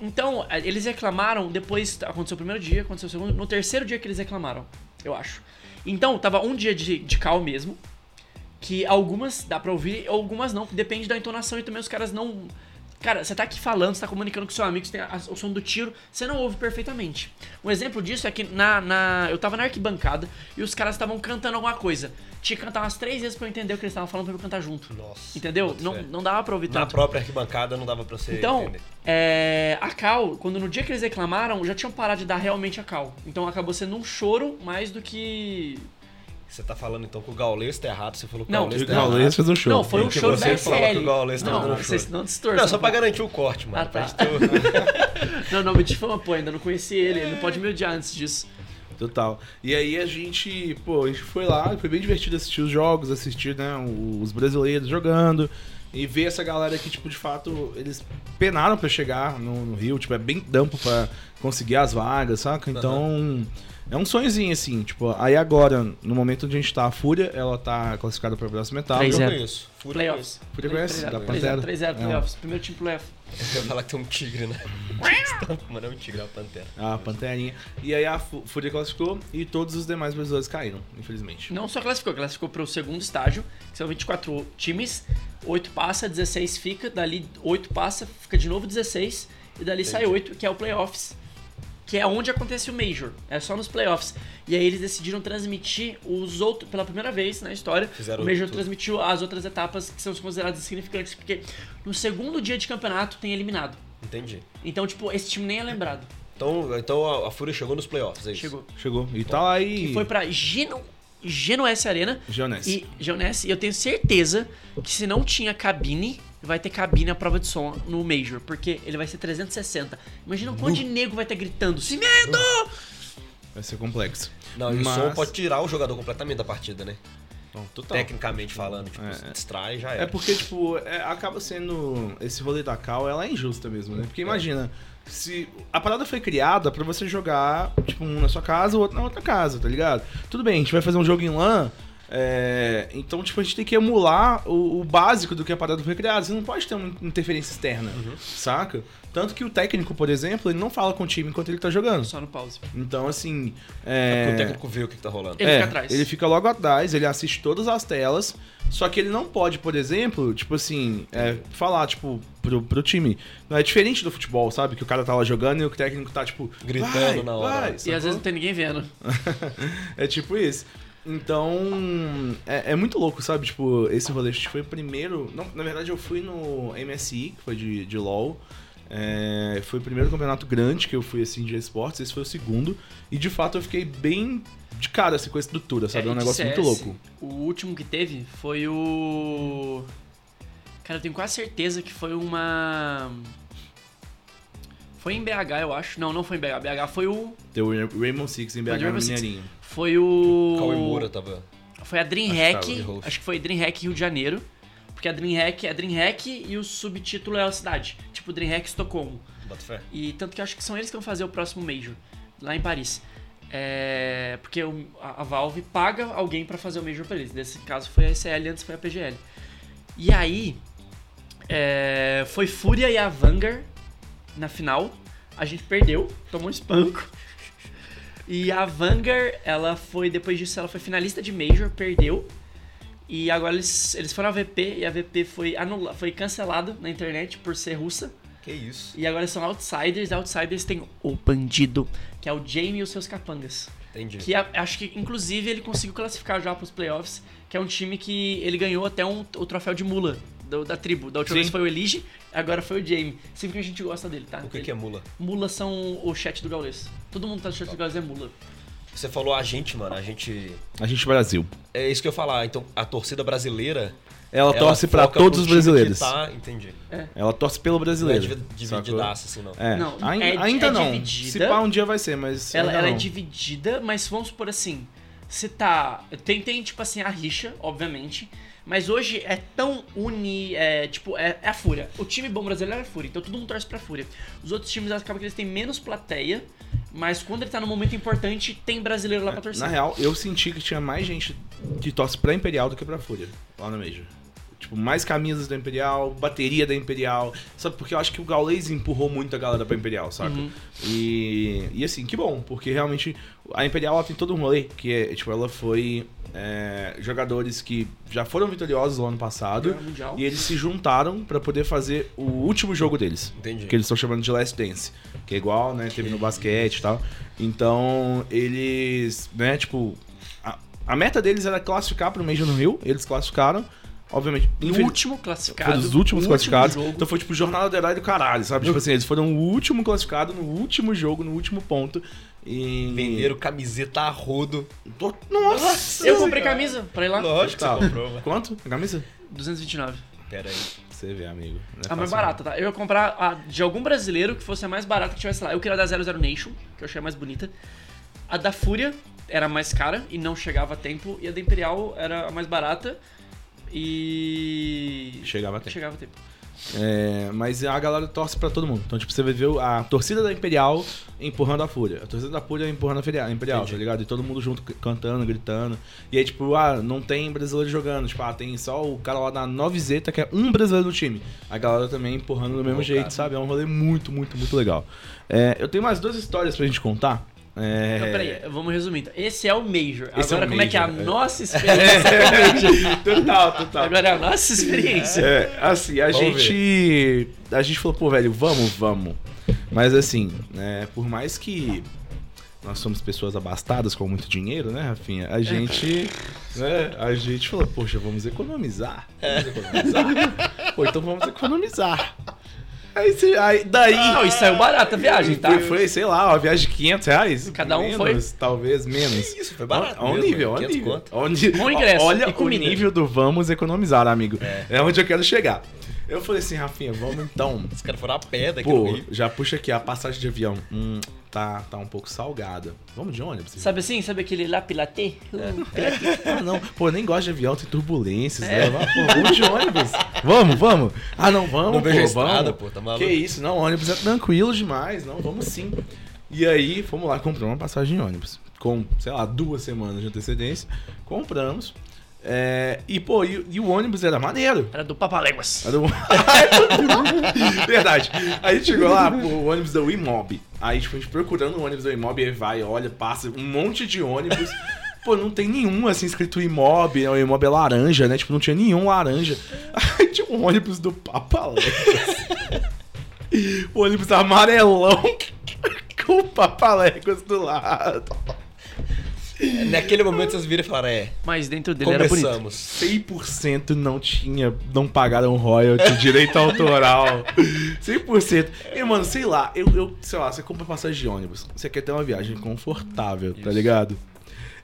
Speaker 3: Então, eh, eles reclamaram depois. Aconteceu o primeiro dia, aconteceu o segundo. No terceiro dia que eles reclamaram, eu acho. Então, tava um dia de, de cal mesmo. Que algumas dá pra ouvir, algumas não. Depende da entonação e também os caras não. Cara, você tá aqui falando, você tá comunicando com seu amigo, você tem a- o som do tiro, você não ouve perfeitamente. Um exemplo disso é que na, na- eu tava na arquibancada e os caras estavam cantando alguma coisa. Tinha que cantar umas três vezes pra eu entender o que eles estavam falando pra eu cantar junto.
Speaker 4: Nossa,
Speaker 3: Entendeu?
Speaker 4: bota
Speaker 3: Não,
Speaker 4: fé.
Speaker 3: não dava pra ouvir
Speaker 4: Na
Speaker 3: tanto.
Speaker 4: própria arquibancada não dava pra você
Speaker 3: Então,
Speaker 4: entender.
Speaker 3: é, a Cal, quando no dia que eles reclamaram, já tinham parado de dar realmente a Cal. Então acabou sendo um choro mais do que.
Speaker 4: Você tá falando então que o Gaules tá errado, você falou que o
Speaker 3: Não,
Speaker 4: Gaules
Speaker 3: que
Speaker 4: tá
Speaker 2: O Gaules
Speaker 4: errado.
Speaker 2: fez um show.
Speaker 3: Não, foi um
Speaker 4: Que
Speaker 3: choro
Speaker 4: você
Speaker 3: da
Speaker 4: fala que o Gaules
Speaker 3: SL.
Speaker 4: tá
Speaker 3: Não,
Speaker 4: dando
Speaker 3: vocês
Speaker 4: choro.
Speaker 3: não distorcem.
Speaker 4: Não, só pra garantir o corte, mano.
Speaker 3: Ah, tá.
Speaker 4: pra gente ter-
Speaker 3: Não, não, me difama, pô, ainda não conheci ele, ele não pode me odiar antes disso.
Speaker 2: Total. E aí a gente, pô, a gente foi lá, foi bem divertido assistir os jogos, assistir, né, os brasileiros jogando e ver essa galera que, tipo, de fato, eles penaram pra chegar no, no Rio, tipo, é bem dampo pra conseguir as vagas, saca? Então, é um sonhozinho, assim, tipo, aí agora, no momento onde a gente tá, a Fúria, ela tá classificada pra próxima etapa.
Speaker 3: Três
Speaker 4: Eu
Speaker 3: zero.
Speaker 4: conheço. Fúria
Speaker 3: Playoffs.
Speaker 2: Fúria conhece, dá
Speaker 3: 3-0,
Speaker 2: pra zero.
Speaker 3: 3-0,
Speaker 2: É.
Speaker 3: playoffs. Primeiro time playoff.
Speaker 4: Eu ia falar que tem um tigre na Estampa, Mano, é um tigre, é uma pantera.
Speaker 2: A Ah, Panterinha. E aí a Fu- Fúria classificou e todos os demais brasileiros caíram, infelizmente.
Speaker 3: Não só classificou, classificou para o segundo estágio, que são 24 times, 8 passa, 16 fica, dali 8 passa, fica de novo 16, e dali sai 8, que é o playoffs, que é onde acontece o Major, é só nos playoffs. E aí eles decidiram transmitir os outros, pela primeira vez na história,
Speaker 4: Fizeram
Speaker 3: o Major
Speaker 4: tudo.
Speaker 3: transmitiu as outras etapas que são consideradas significantes, porque no segundo dia de campeonato tem eliminado.
Speaker 4: Entendi.
Speaker 3: Então, tipo, esse time nem é lembrado.
Speaker 4: Então, então a, a Fúria chegou nos playoffs, é isso?
Speaker 3: Chegou.
Speaker 2: Chegou. E tá lá e.
Speaker 3: Foi pra Geno, Genoese Arena.
Speaker 2: Jonas.
Speaker 3: E, Jonas, eu tenho certeza que se não tinha cabine, vai ter cabine à prova de som no Major, porque ele vai ser 360. Imagina o quanto de nego vai estar gritando, cimento!
Speaker 2: Vai ser complexo.
Speaker 4: Não, e
Speaker 2: Mas-
Speaker 4: o som pode tirar o jogador completamente da partida, né?
Speaker 2: Não, total.
Speaker 4: Tecnicamente falando, tipo,
Speaker 2: É,
Speaker 4: se
Speaker 2: é.
Speaker 4: distrai já era.
Speaker 2: É porque, tipo, é- acaba sendo. Esse rolê da Cal, ela é injusta mesmo, né? Porque imagina, se. A parada foi criada pra você jogar, tipo, um na sua casa, o outro na outra casa, tá ligado? Tudo bem, a gente vai fazer um jogo em LAN. é, então, tipo, a gente tem que emular o, o básico do que a parada foi criada. Você não pode ter uma interferência externa,
Speaker 4: Uhum.
Speaker 2: saca? Tanto que o técnico, por exemplo, ele não fala com o time enquanto ele tá jogando.
Speaker 3: Só no pause.
Speaker 2: Então, assim.
Speaker 4: Porque
Speaker 2: É,
Speaker 4: o técnico vê o que, que tá rolando.
Speaker 3: Ele fica atrás.
Speaker 2: Ele fica logo atrás, ele assiste todas as telas. Só que ele não pode, por exemplo, tipo assim, é, falar, tipo, pro, pro time. Não é diferente do futebol, sabe? Que o cara tá lá jogando e o técnico tá, tipo,
Speaker 4: Gritando
Speaker 2: vai,
Speaker 4: na hora.
Speaker 2: vai,
Speaker 4: E
Speaker 3: E
Speaker 2: sacou?
Speaker 3: às vezes não tem ninguém vendo.
Speaker 2: É tipo isso. Então, é, é muito louco, sabe? Tipo, esse rolê acho que foi o primeiro. Não, na verdade, eu fui no MSI, que foi de, de LOL. É, foi o primeiro campeonato grande que eu fui assim de esportes, esse foi o segundo. E de fato eu fiquei bem de cara assim, com a estrutura, sabe? É, um
Speaker 3: de
Speaker 2: negócio muito
Speaker 3: CS,
Speaker 2: louco.
Speaker 3: O último que teve foi o. Cara, eu tenho quase certeza que foi uma. Foi em BH, eu acho. Não, não foi em BH. BH foi o.
Speaker 2: Tem o Rainbow Six em BH
Speaker 3: Rainbow
Speaker 2: no
Speaker 3: Six.
Speaker 2: Mineirinho.
Speaker 3: Foi o.
Speaker 4: Cauê Moura tava.
Speaker 3: Foi a DreamHack,
Speaker 2: Acho que
Speaker 4: tá, o
Speaker 3: acho,
Speaker 4: The
Speaker 3: que foi DreamHack Rio de Janeiro, porque a DreamHack é DreamHack e o subtítulo é a cidade, tipo DreamHack Estocolmo.
Speaker 4: Bota fé.
Speaker 3: E tanto que eu acho que são eles que vão fazer o próximo Major, lá em Paris. É, porque o- a, a Valve paga alguém pra fazer o Major pra eles, nesse caso foi a ECL, antes foi a PGL. E aí, é, foi Fúria e a Vanguard na final, a gente perdeu, tomou um espanco. E a Vanguard, ela foi, depois disso, ela foi finalista de Major, perdeu. E agora eles, eles foram à VP e a VP foi, anula, foi cancelada na internet por ser russa.
Speaker 4: Que isso.
Speaker 3: E agora são Outsiders. Outsiders tem o Bandido, que é o Jamie e os seus capangas.
Speaker 4: Entendi.
Speaker 3: Que a- acho que, inclusive, ele conseguiu classificar já pros playoffs, que é um time que ele ganhou até um- o troféu de mula do- da tribo. Da última
Speaker 2: Sim.
Speaker 3: vez foi o Elige, agora foi o Jamie. Sempre que a gente gosta dele, tá?
Speaker 4: O que, que é mula?
Speaker 3: Mula são o chat do Gaules. Todo mundo tá no chat do Gaules é mula.
Speaker 4: Você falou a gente, mano. A gente.
Speaker 2: A gente Brasil.
Speaker 4: É isso que eu ia falar. Então, a torcida brasileira.
Speaker 2: Ela, torce pra
Speaker 4: foca
Speaker 2: todos
Speaker 4: pro
Speaker 2: os
Speaker 4: time que
Speaker 2: brasileiros.
Speaker 4: Tá, entendi.
Speaker 2: Ela torce pelo
Speaker 4: Não é
Speaker 2: brasileiro.
Speaker 4: divi- divididaça, assim, não.
Speaker 2: É.
Speaker 3: Não,
Speaker 2: Ain-
Speaker 3: é-
Speaker 2: ainda
Speaker 3: é
Speaker 2: não. Se
Speaker 3: dividida.
Speaker 2: pá, um dia vai ser, mas.
Speaker 3: Ela,
Speaker 2: ainda
Speaker 3: ela é
Speaker 2: não.
Speaker 3: dividida, mas vamos supor assim. Você tá. Tem, tem, tipo assim, a rixa, obviamente. Mas hoje é tão uni. É, tipo, é, é a Fúria. O time bom brasileiro é a Fúria, então todo mundo torce pra Fúria. Os outros times acabam que eles têm menos plateia, mas quando ele tá num momento importante, tem brasileiro lá pra torcer.
Speaker 2: É, Na real, eu senti que tinha mais gente que torce pra Imperial do que pra Fúria, lá no Major. Tipo, mais camisas da Imperial, bateria da Imperial. Sabe, porque eu acho que o Gaules empurrou muito a galera pra Imperial, saca?
Speaker 3: Uhum.
Speaker 2: E, e assim, que bom, porque realmente a Imperial ela tem todo um rolê, que é, tipo, ela foi é, jogadores que já foram vitoriosos no ano passado.
Speaker 3: Ganharam o Mundial.
Speaker 2: E eles se juntaram pra poder fazer o último jogo deles.
Speaker 4: Entendi.
Speaker 2: Que eles estão chamando de Last Dance. Que é igual, né? Teve no basquete e tal. Então, eles, né, tipo. A, a meta deles era classificar pro Major no Rio. Eles classificaram. Obviamente.
Speaker 3: E o
Speaker 2: infeliz-
Speaker 3: último classificado.
Speaker 2: foi dos últimos
Speaker 3: o último
Speaker 2: classificados.
Speaker 3: jogo.
Speaker 2: Então foi tipo jornada do herói do caralho, sabe? Tipo assim, eles foram o último classificado no último jogo, no último ponto. E.
Speaker 4: Venderam camiseta a rodo.
Speaker 2: Tô- Nossa!
Speaker 3: eu
Speaker 2: senhora.
Speaker 3: comprei camisa pra ir lá.
Speaker 4: Lógico que
Speaker 2: Tá.
Speaker 4: você comprou, mano.
Speaker 2: Quanto? A camisa?
Speaker 3: 229.
Speaker 4: Pera aí.
Speaker 2: Você vê, amigo. Não é
Speaker 3: A
Speaker 2: fácil,
Speaker 3: mais barata, tá? Eu ia comprar a de algum brasileiro que fosse a mais barata que tivesse lá. Eu queria a da 00 Nation, que eu achei a mais bonita. A da Fúria era a mais cara e não chegava a tempo. E a da Imperial era a mais barata e.
Speaker 2: não. Chegava até.
Speaker 3: Chegava a tempo.
Speaker 2: É, mas a galera torce pra todo mundo. Então, tipo, você vai ver a torcida da Imperial empurrando a Fúria. A torcida da Fúria empurrando a Feria- a Imperial, tá ligado? E todo mundo junto c- cantando, gritando. E aí, tipo, ah, não tem brasileiro jogando. Tipo, ah, tem só o cara lá da 9Z, que é um brasileiro do time. A galera também empurrando do mesmo
Speaker 4: Pô,
Speaker 2: jeito,
Speaker 4: cara.
Speaker 2: sabe? É um rolê muito, muito, muito legal. É, eu tenho mais duas histórias pra gente contar. É...
Speaker 3: Então, peraí, vamos resumir. Então, esse é o Major.
Speaker 2: Esse é
Speaker 3: Agora,
Speaker 2: o
Speaker 3: como é que é a
Speaker 2: Major, é.
Speaker 3: nossa experiência?
Speaker 2: total, total.
Speaker 3: Agora é a nossa experiência.
Speaker 2: É, assim, a
Speaker 4: Vamos
Speaker 2: gente. A gente falou, pô, velho, vamos, vamos. Mas assim, né, por mais que nós somos pessoas abastadas com muito dinheiro, né, Rafinha? A gente. né, a gente falou, poxa, vamos economizar. Vamos economizar. Pô, então vamos economizar. Aí, você- aí daí.
Speaker 3: Não, isso saiu barato a viagem, tá?
Speaker 2: Foi, foi, sei lá, uma viagem de 500 reais.
Speaker 3: Cada um
Speaker 2: menos,
Speaker 3: foi?
Speaker 2: Talvez menos.
Speaker 4: Isso, foi barato.
Speaker 2: Olha o
Speaker 4: mesmo,
Speaker 2: nível, olha o
Speaker 4: 500
Speaker 2: nível.
Speaker 4: conto.
Speaker 2: Olha o nível.
Speaker 3: Bom ingresso,
Speaker 2: Olha
Speaker 3: e
Speaker 2: o
Speaker 3: comida.
Speaker 2: nível do vamos economizar, amigo. É. onde eu quero chegar. Eu falei assim, Rafinha, vamos então.
Speaker 4: Os caras foram a pé daqui no
Speaker 2: Pô,
Speaker 4: Rio.
Speaker 2: já puxa aqui a passagem de avião. Hum, tá, tá um pouco salgada. Vamos de ônibus?
Speaker 3: Sabe assim? Sabe aquele lá pilatê?
Speaker 2: Ah, não. Pô, eu nem gosto de avião, tem turbulências,
Speaker 4: É.
Speaker 2: né? Ah, Pô, vamos de ônibus. Vamos, vamos. Ah, não, vamos,
Speaker 4: Não
Speaker 2: pô,
Speaker 4: vejo a
Speaker 2: vamos.
Speaker 4: estrada, pô, tá maluco.
Speaker 2: Que isso, não, ônibus é tranquilo demais, não, vamos sim. E aí, fomos lá, compramos uma passagem de ônibus. Com, sei lá, duas semanas de antecedência. Compramos. É, e, pô, e, e o ônibus era maneiro.
Speaker 3: Era do Papaléguas.
Speaker 2: Era um- Verdade. Aí a gente chegou lá, pô, o ônibus da Wimob. Aí, tipo, a gente procurando o ônibus da Wimob, aí vai, olha, passa um monte de ônibus. Pô, não tem nenhum, assim, escrito Imob, né? O Imob é laranja, né? Tipo, não tinha nenhum laranja. Aí tinha um ônibus do Papalé. o ônibus amarelão com o Papaléguas do lado.
Speaker 4: É, Naquele momento vocês viram e falaram, é,
Speaker 3: Mas dentro dele era bonito.
Speaker 4: começamos.
Speaker 2: 100% não tinha, não pagaram royalty, direito autoral. 100%. E, mano, sei lá, eu, eu, sei lá, você compra passagem de ônibus, você quer ter uma viagem confortável, tá ligado?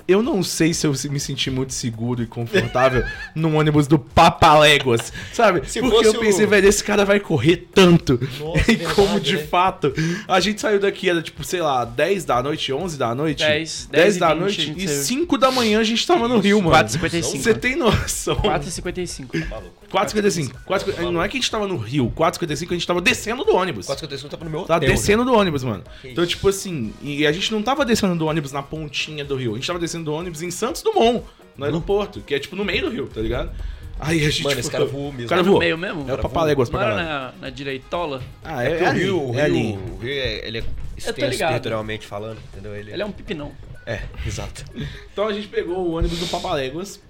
Speaker 2: Eu não sei se eu se- me senti muito seguro e confortável num ônibus do Papaléguas, sabe?
Speaker 4: Se
Speaker 2: Porque
Speaker 4: fosse
Speaker 2: eu pensei,
Speaker 4: o-
Speaker 2: velho, esse cara vai correr tanto.
Speaker 4: Nossa,
Speaker 2: e como
Speaker 4: verdade,
Speaker 2: de
Speaker 4: né?
Speaker 2: fato, a gente saiu daqui, era tipo, sei lá, 10 da noite, 11 da noite.
Speaker 3: 10,
Speaker 2: 10
Speaker 3: e
Speaker 2: da
Speaker 3: 20 a
Speaker 2: noite
Speaker 3: gente
Speaker 2: e
Speaker 3: saiu.
Speaker 2: 5 da manhã a gente tava no Rio, mano.
Speaker 3: 4h55.
Speaker 2: Você tem noção?
Speaker 3: 4,55.
Speaker 4: Maluco.
Speaker 2: 4,55. 4,55. Não é que a gente tava no Rio, 4,55 a gente tava descendo do ônibus.
Speaker 4: Quase que eu desço, tava no meu
Speaker 2: Tava
Speaker 4: hotel.
Speaker 2: Tá
Speaker 4: né?
Speaker 2: descendo do ônibus, mano.
Speaker 4: Que
Speaker 2: Então,
Speaker 4: isso.
Speaker 2: tipo assim, e a gente não tava descendo do ônibus na pontinha do rio. A gente tava descendo do ônibus em Santos Dumont, no aeroporto, que é tipo no meio do rio, tá ligado? Aí a gente.
Speaker 4: Mano, esse cara voou
Speaker 2: O
Speaker 4: mesmo.
Speaker 2: cara
Speaker 4: No
Speaker 2: voou.
Speaker 3: meio mesmo?
Speaker 2: É o
Speaker 3: Cara
Speaker 2: papaléguas pra
Speaker 3: Não era
Speaker 2: caralho.
Speaker 3: na, na direitola?
Speaker 2: Ah,
Speaker 4: É,
Speaker 2: é,
Speaker 4: porque
Speaker 2: é
Speaker 4: o
Speaker 2: ali,
Speaker 4: Rio, o
Speaker 2: é ali.
Speaker 4: Rio, o Rio é, ele é extenso
Speaker 3: ligado.
Speaker 4: territorialmente falando, entendeu? Ele,
Speaker 3: Ele é um pipinão.
Speaker 4: É, exato.
Speaker 2: Então a gente pegou o ônibus do Papaléguas.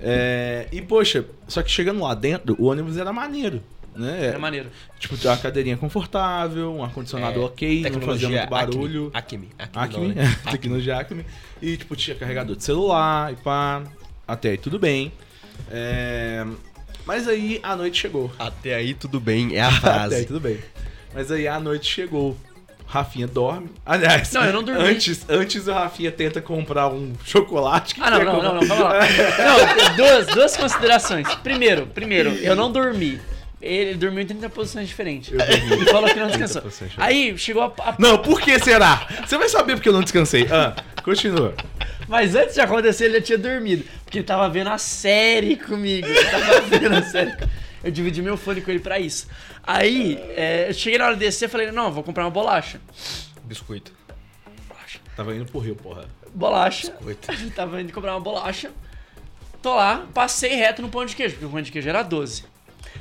Speaker 2: é, e, poxa, só que chegando lá dentro, o ônibus era maneiro. Né?
Speaker 3: Era é maneiro.
Speaker 2: Tipo, tem uma cadeirinha confortável, um ar-condicionado
Speaker 4: É,
Speaker 2: ok, não fazia muito barulho.
Speaker 4: Acme. Acme.
Speaker 2: Acme,
Speaker 4: Acme, não,
Speaker 2: é,
Speaker 4: né?
Speaker 2: tecnologia Acme. E, tipo, tinha carregador de celular e pá. Até aí tudo bem. É, Mas aí a noite chegou.
Speaker 4: Até aí tudo bem, é a
Speaker 2: Até aí
Speaker 4: frase.
Speaker 2: tudo bem. Mas aí a noite chegou. Rafinha dorme. Aliás,
Speaker 3: Não, eu não dormi.
Speaker 2: Antes, antes o Rafinha tenta comprar um chocolate que
Speaker 3: Ah, não,
Speaker 2: quer
Speaker 3: não,
Speaker 2: comprar-
Speaker 3: não, não, calma lá. Não, duas, duas considerações. Primeiro, primeiro, eu não dormi. Ele dormiu em 30 posições diferentes.
Speaker 2: Eu dormi.
Speaker 3: E falou que não descansou.
Speaker 2: posições
Speaker 3: Aí chegou a, a-
Speaker 2: Não, por que será? Você vai saber porque eu não descansei. Ah, continua.
Speaker 3: Mas antes de acontecer, ele já tinha dormido. Porque ele tava vendo a série comigo. Ele tava vendo a série. co- Eu dividi meu fone com ele pra isso. Aí, é, eu cheguei na hora de descer falei, não, vou comprar uma bolacha.
Speaker 4: Biscoito.
Speaker 3: Bolacha.
Speaker 2: Tava indo pro Rio, porra.
Speaker 3: Bolacha.
Speaker 4: Biscoito.
Speaker 3: Eu tava indo comprar uma bolacha. Tô lá, passei reto no pão de queijo, porque o pão de queijo era 12.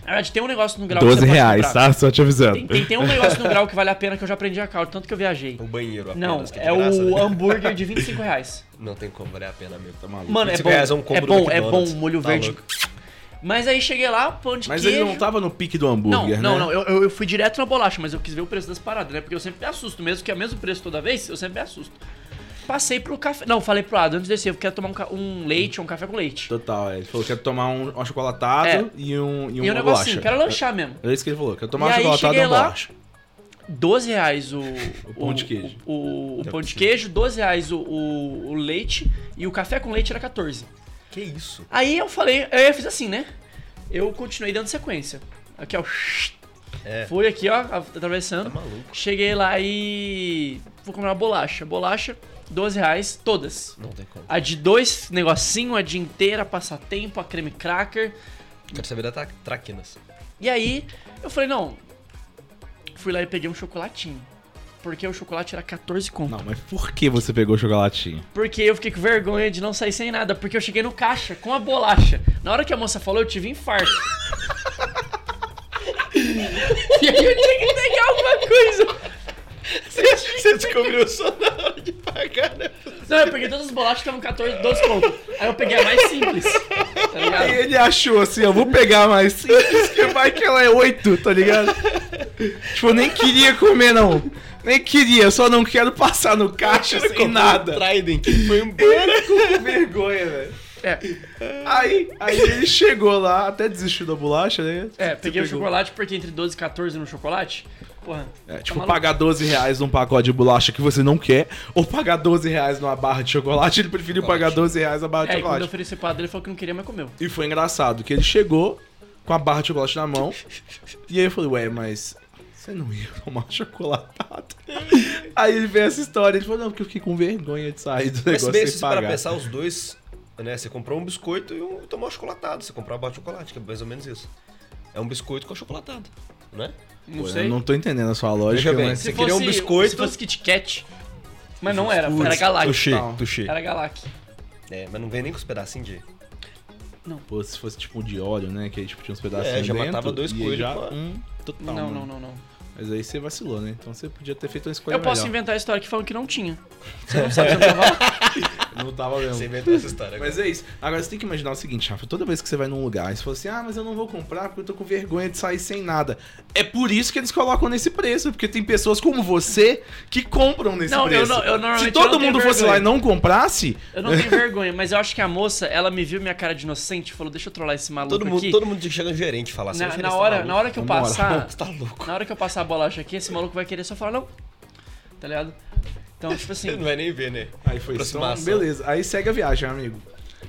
Speaker 3: Na verdade, tem um negócio no grau que
Speaker 2: 12
Speaker 3: você pode
Speaker 2: reais,
Speaker 3: comprar.
Speaker 2: tá? Só te avisando.
Speaker 3: Tem, tem, tem um negócio no grau que vale a pena que eu já aprendi a caldo, tanto que eu viajei.
Speaker 4: O banheiro apenas,
Speaker 3: Não,
Speaker 4: que de
Speaker 3: é
Speaker 4: graça,
Speaker 3: o
Speaker 4: né?
Speaker 3: hambúrguer de 25 reais.
Speaker 4: Não tem como, vale a pena mesmo. Tá maluco.
Speaker 3: Mano, é
Speaker 4: 25
Speaker 3: bom.
Speaker 4: reais
Speaker 3: É
Speaker 4: um combo do
Speaker 3: bom, é bom,
Speaker 4: McDonald's.
Speaker 3: molho
Speaker 4: Tá
Speaker 3: verde.
Speaker 4: louco.
Speaker 3: Mas aí cheguei lá, pão de
Speaker 2: Mas
Speaker 3: queijo.
Speaker 2: ele não tava no pique do
Speaker 3: Não,
Speaker 2: hambúrguer,
Speaker 3: não,
Speaker 2: né?
Speaker 3: não, eu, eu- eu fui direto na bolacha, mas eu quis ver o preço das paradas, né? Porque eu sempre me assusto, mesmo que é o mesmo preço toda vez, eu sempre me assusto. Passei pro café. Não, falei pro Adam antes de descer, eu quero tomar um, ca- um leite ou um café com leite.
Speaker 2: Total, é. ele falou que quer tomar um, um achocolatado
Speaker 3: É.
Speaker 2: e um e uma
Speaker 3: E um negocinho,
Speaker 2: bolacha.
Speaker 3: quero lanchar mesmo.
Speaker 2: É isso que ele falou, quer tomar
Speaker 3: E
Speaker 2: um
Speaker 3: aí,
Speaker 2: achocolatado e
Speaker 3: cheguei
Speaker 2: uma
Speaker 3: lá,
Speaker 2: bolacha.
Speaker 3: 12 reais o,
Speaker 2: O pão de queijo.
Speaker 3: O, o- o pão de queijo, 12 reais o, o- o leite e o café com leite era 14.
Speaker 4: Que isso?
Speaker 3: Aí eu falei, aí eu fiz assim, né? Eu continuei dando sequência. Aqui, ó.
Speaker 4: É.
Speaker 3: Fui aqui, ó, atravessando.
Speaker 4: Tá maluco.
Speaker 3: Cheguei lá e. Vou comprar uma bolacha. Bolacha, 12 reais, todas.
Speaker 4: Não tem como.
Speaker 3: A de dois negocinho, a de inteira, passatempo, a creme cracker.
Speaker 4: Quero saber da tra traquinas.
Speaker 3: E aí, eu falei, não. Fui lá e peguei um chocolatinho. Porque o chocolate era 14 conto.
Speaker 2: Não, mas por que você pegou o chocolatinho?
Speaker 3: Porque eu fiquei com vergonha de não sair sem nada, porque eu cheguei no caixa com a bolacha. Na hora que a moça falou, eu tive infarto. e aí eu tinha que pegar alguma coisa.
Speaker 4: Você descobriu só na hora de pagar, né?
Speaker 3: Não, eu peguei todas as bolachas que estavam 14, 12 conto. Aí eu peguei a mais simples. Tá
Speaker 2: Aí
Speaker 3: ligado?
Speaker 2: ele achou assim, eu vou pegar mais simples que vai que ela é oito, tá ligado? tipo, eu nem queria comer, não. Nem queria, eu só não quero passar no caixa sem
Speaker 4: Um
Speaker 2: nada.
Speaker 4: Trident que foi embora.
Speaker 2: Ele ficou com vergonha, velho.
Speaker 3: É,
Speaker 2: Aí, aí ele chegou lá, até desistiu da bolacha, né?
Speaker 3: é,
Speaker 2: Você
Speaker 3: peguei o
Speaker 2: pegou.
Speaker 3: chocolate porque entre 12 e 14 no chocolate. Porra.
Speaker 2: É,
Speaker 3: tá
Speaker 2: tipo,
Speaker 3: maluco?
Speaker 2: pagar 12 reais num pacote de bolacha que você não quer, ou pagar 12 reais numa barra de chocolate, ele preferiu pagar 12 reais na barra de
Speaker 3: É, e quando
Speaker 2: chocolate.
Speaker 3: eu ofereci pra ela, ele falou que não queria, mas comeu.
Speaker 2: E foi engraçado, que ele chegou com a barra de chocolate na mão. E aí eu falei, ué, mas você não ia tomar chocolatado? aí ele veio essa história, ele falou, não, porque eu fiquei com vergonha de sair do
Speaker 4: Mas se
Speaker 2: negócio
Speaker 4: bem,
Speaker 2: sem
Speaker 4: se para
Speaker 2: pagar.
Speaker 4: pensar, os dois, né? Você comprou um biscoito e um, tomou um chocolatado. Você comprou uma barra de chocolate, que é mais ou menos isso. É um biscoito com chocolatado, né?
Speaker 3: Não
Speaker 2: Pô,
Speaker 3: sei.
Speaker 2: Eu não tô entendendo a sua lógica,
Speaker 4: Veja bem,
Speaker 2: mas...
Speaker 4: você queria um biscoito-
Speaker 3: Se fosse Kit Kat. Mas não era, era Galact.
Speaker 2: Não.
Speaker 4: tuxê.
Speaker 3: Era
Speaker 2: Tá,
Speaker 3: Galact.
Speaker 4: É, mas não vem nem com os pedacinhos de...
Speaker 2: Pô, se fosse tipo de óleo, né, que aí tipo, tinha uns pedacinhos
Speaker 4: É, já
Speaker 2: dentro,
Speaker 4: matava dois
Speaker 2: e aí
Speaker 4: coelhos,
Speaker 2: já
Speaker 4: pô.
Speaker 2: um total,
Speaker 3: Não,
Speaker 2: mano.
Speaker 3: não, não, não.
Speaker 2: Mas aí você vacilou, né? Então você podia ter feito uma escolha
Speaker 3: Eu posso
Speaker 2: melhor.
Speaker 3: inventar a história que falam que não tinha. Você não sabe se eu tava lá?
Speaker 2: Não tava mesmo.
Speaker 4: Você inventou essa história.
Speaker 2: Mas é isso. Agora você tem que imaginar o seguinte, Rafa. Toda vez que você vai num lugar e você fala assim, ah, mas eu não vou comprar porque eu tô com vergonha de sair sem nada. É por isso que eles colocam nesse preço, porque tem pessoas como você que compram nesse
Speaker 3: Não, eu
Speaker 2: preço.
Speaker 3: não- eu normalmente
Speaker 2: Se
Speaker 3: eu não
Speaker 2: todo
Speaker 3: tenho
Speaker 2: mundo fosse
Speaker 3: vergonha.
Speaker 2: lá e não comprasse,
Speaker 3: Eu não tenho vergonha, mas eu acho que a moça, ela me viu minha cara de inocente e falou, deixa eu trollar esse maluco
Speaker 4: Todo mundo,
Speaker 3: aqui.
Speaker 4: todo mundo chega no gerente falar assim.
Speaker 3: na,
Speaker 4: "Você
Speaker 3: na
Speaker 4: tá
Speaker 3: hora,
Speaker 4: maluco?"
Speaker 3: na hora que eu
Speaker 2: Na moral.
Speaker 3: passar.
Speaker 4: Você tá louco.
Speaker 3: Na hora que eu passar a bolacha aqui, esse maluco vai querer só falar, não. Tá ligado? Então, tipo assim.
Speaker 4: Você não vai nem ver, né?
Speaker 2: aí foi isso. Então,
Speaker 4: Aproximação.
Speaker 2: Beleza, aí segue a viagem, amigo.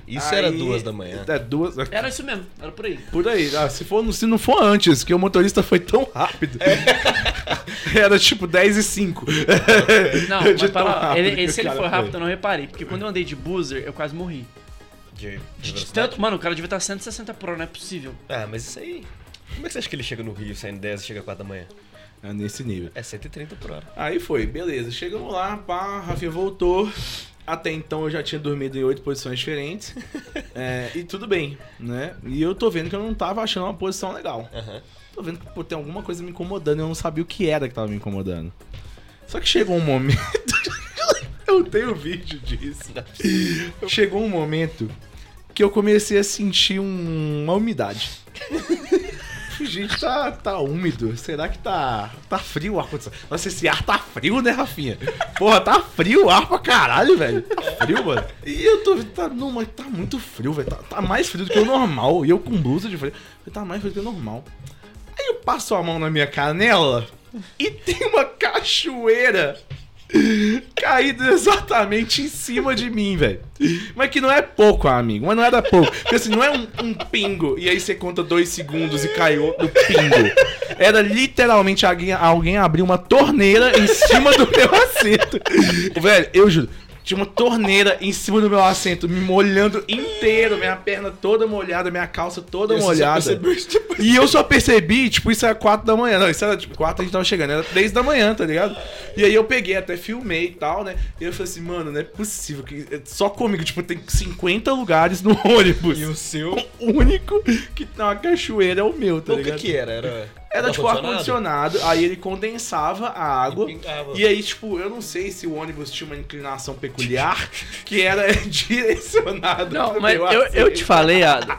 Speaker 4: Isso
Speaker 2: Aí-
Speaker 4: era duas da manhã.
Speaker 2: É, duas.
Speaker 3: Era isso mesmo, era por aí.
Speaker 2: Por aí, ah, se, for, se não for antes, que o motorista foi tão rápido. Era tipo 10 e 5.
Speaker 3: Não,
Speaker 2: De
Speaker 3: mas
Speaker 2: tão
Speaker 3: para.
Speaker 2: rápido
Speaker 3: Ele,
Speaker 2: que
Speaker 3: ele- se
Speaker 2: o
Speaker 3: ele
Speaker 2: cara
Speaker 3: for
Speaker 2: foi.
Speaker 3: rápido, eu não reparei. Porque quando eu andei de boozer, eu quase morri.
Speaker 4: De,
Speaker 3: De, de
Speaker 4: velocidade.
Speaker 3: tanto. Mano, o cara devia estar 160 por hora, não é possível.
Speaker 4: Ah, mas isso aí... Como é que você acha que ele chega no Rio saindo 10 e chega 4 da manhã?
Speaker 2: É nesse nível.
Speaker 4: É 130 por hora.
Speaker 2: Aí foi, beleza. Chegamos lá, pá, Rafinha voltou. Até então eu já tinha dormido em oito posições diferentes. É, e tudo bem, né? E eu tô vendo que eu não tava achando uma posição legal.
Speaker 4: Aham.
Speaker 2: Tô vendo que pô, tem alguma coisa me incomodando e eu não sabia o que era que tava me incomodando. Só que chegou um momento. eu tenho vídeo disso. Chegou um momento que eu comecei a sentir um- uma umidade. Gente, tá, tá úmido. Será que tá. Tá frio o ar condicionado? Nossa, esse ar tá frio, né, Rafinha? Porra, tá frio o ar pra caralho, velho. Tá frio, mano. E eu tô. Tá, não, mas tá muito frio, velho. Tá, tá mais frio do que o normal. E eu com blusa de frio. Tá mais frio do que o normal. Aí eu passo a mão na minha canela e tem uma cachoeira caída exatamente em cima de mim, velho. Mas que não é pouco, amigo. Mas não era pouco. Porque assim, não é um, um pingo e aí você conta dois segundos e caiu do pingo. Era literalmente alguém, alguém abrir uma torneira em cima do meu assento. Velho, eu juro. Tinha uma torneira em cima do meu assento, me molhando inteiro, minha perna toda molhada, minha calça toda
Speaker 4: E você só
Speaker 2: molhada.
Speaker 4: percebeu isso depois.
Speaker 2: E eu só percebi, tipo, isso era 4 da manhã. Não, isso era tipo 4 a gente tava chegando, era 3 da manhã, tá ligado? E aí eu peguei, até filmei e tal, né? E eu falei assim, mano, não é possível. Que... é Só comigo, tipo, tem 50 lugares no ônibus.
Speaker 4: E o seu...
Speaker 2: O único que tem uma cachoeira é o meu, tá
Speaker 4: Então, o que
Speaker 2: ligado?
Speaker 4: que era? Era,
Speaker 2: Era tipo ar-condicionado, aí ele condensava a água.
Speaker 4: E pingava.
Speaker 2: E, aí, tipo, eu não sei se o ônibus tinha uma inclinação peculiar que era direcionado
Speaker 3: Não, mas eu, eu te falei, Ado.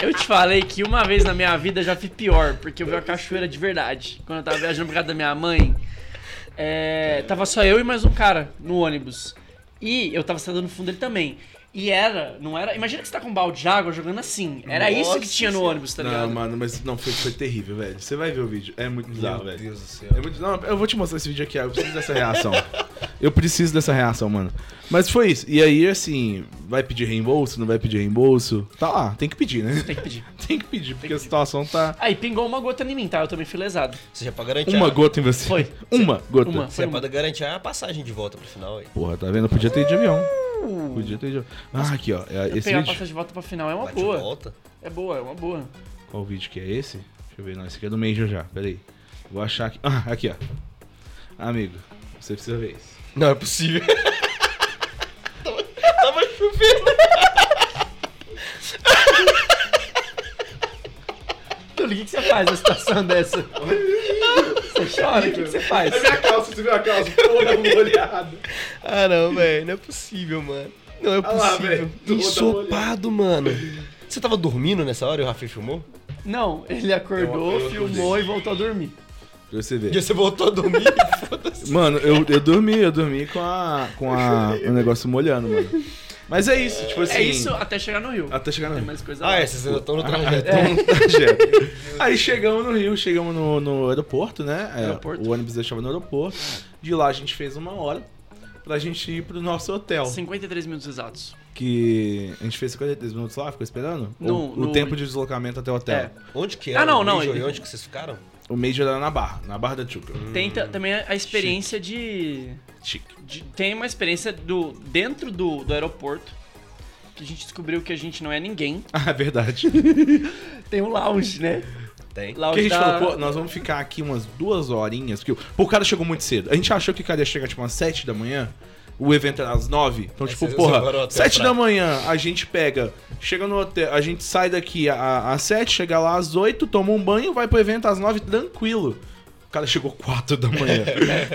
Speaker 3: Eu te falei que uma vez na minha vida eu já fui pior, porque eu vi uma cachoeira de verdade. Quando eu tava viajando por causa da minha mãe, é, tava só eu e mais um cara no ônibus. E eu tava sentado no fundo dele também. E era, não era. Imagina que você tá com um balde de água jogando assim. Era isso que
Speaker 4: Nossa
Speaker 3: tinha no
Speaker 4: Senhora.
Speaker 3: ônibus, tá
Speaker 2: Não,
Speaker 3: ligado?
Speaker 2: mano, mas não, foi, foi terrível, velho. Você vai ver o vídeo. É muito bizarro,
Speaker 4: Meu
Speaker 2: velho.
Speaker 4: Deus do céu.
Speaker 2: É muito- não, eu vou te mostrar esse vídeo aqui, eu preciso dessa reação. Eu preciso dessa reação, mano. Mas foi isso. E aí, assim, vai pedir reembolso, não vai pedir reembolso? Tá lá, tem que pedir, né?
Speaker 3: Tem que pedir.
Speaker 2: Tem que pedir, porque a situação tá.
Speaker 3: Aí pingou uma gota em mim, tá? Eu também fui lesado.
Speaker 4: Você já pra garantir.
Speaker 2: Uma
Speaker 4: a-
Speaker 2: gota em você.
Speaker 3: Foi.
Speaker 2: Uma gota.
Speaker 3: Uma. Foi
Speaker 4: Você já pra garantir a passagem de volta pro final aí.
Speaker 2: Porra, tá vendo? Eu podia ter ido de avião. Podia ter ido de avião. Ah, aqui, ó. é
Speaker 3: Uh. Eu
Speaker 2: esse
Speaker 3: pegar a
Speaker 2: vídeo.
Speaker 3: passagem de volta pra final é uma
Speaker 4: Bate e
Speaker 3: boa.
Speaker 4: volta.
Speaker 3: É boa, é uma boa.
Speaker 2: Qual vídeo que é esse? Deixa Deixa eu ver, não, esse aqui é do Major já, peraí. Vou achar aqui. Ah, aqui, ó. Amigo, você precisa ver isso.
Speaker 4: Não é possível. tava, tava chovendo.
Speaker 3: Túlio, o que, que você faz na situação dessa? Você chora? O que, que você faz?
Speaker 2: minha calça, você viu a calça? Toda molhada.
Speaker 4: Ah, não, velho. Não é possível, mano. Não é
Speaker 2: Ah lá,
Speaker 4: possível.
Speaker 2: velho, tu botou
Speaker 4: Ensopado, mano. Você tava dormindo nessa hora e o Rafa filmou?
Speaker 3: Não, ele acordou,
Speaker 4: Eu- eu
Speaker 3: filmou e voltou a dormir.
Speaker 2: Pra Um você ver.
Speaker 4: E você voltou a dormir? Foda-se.
Speaker 2: Mano, eu, eu dormi, eu dormi com a. com a. o negócio molhando, mano. Mas é isso, tipo assim.
Speaker 3: É isso até chegar no Rio.
Speaker 2: Até chegar no
Speaker 3: Tem
Speaker 2: Rio.
Speaker 3: mais coisa
Speaker 4: Ah,
Speaker 3: lá.
Speaker 4: é, vocês ainda estão no trajeto.
Speaker 2: É. Aí chegamos no Rio, chegamos no, no aeroporto, né? É,
Speaker 3: Aeroporto.
Speaker 2: O ônibus deixava no aeroporto. De lá a gente fez uma hora pra gente ir pro nosso hotel.
Speaker 3: 53 minutos exatos.
Speaker 2: Que a gente fez 53 minutos lá, ficou esperando?
Speaker 3: No-
Speaker 2: o, o
Speaker 3: no-
Speaker 2: tempo de deslocamento até o hotel.
Speaker 3: É.
Speaker 4: Onde que
Speaker 3: Ah,
Speaker 4: era?
Speaker 3: não,
Speaker 4: o
Speaker 3: não,
Speaker 4: Major
Speaker 3: ele-
Speaker 4: e onde que vocês ficaram?
Speaker 2: O Major era na Barra, na Barra da Chuca.
Speaker 4: Hum,
Speaker 3: Tem ta- também a a experiência de,
Speaker 2: Chique.
Speaker 3: de- Tem uma experiência do dentro do, do aeroporto. Que a gente descobriu que a gente não é ninguém.
Speaker 2: Ah, é verdade.
Speaker 3: Tem um lounge, né?
Speaker 4: Tem.
Speaker 2: Porque
Speaker 3: Lounge
Speaker 2: a gente
Speaker 3: da-
Speaker 2: falou, pô, nós vamos ficar aqui umas duas horinhas. Porque o, pô, o cara chegou muito cedo. A gente achou que o cara ia chegar tipo umas sete da manhã. O evento era às nove. Então,
Speaker 4: Aí
Speaker 2: tipo,
Speaker 4: você- você parou
Speaker 2: porra,
Speaker 4: até
Speaker 2: sete
Speaker 4: pra-
Speaker 2: da manhã a gente pega, chega no hotel, a gente sai daqui a- às sete, chega lá às oito, toma um banho, vai pro evento às nove tranquilo. O cara chegou quatro da manhã,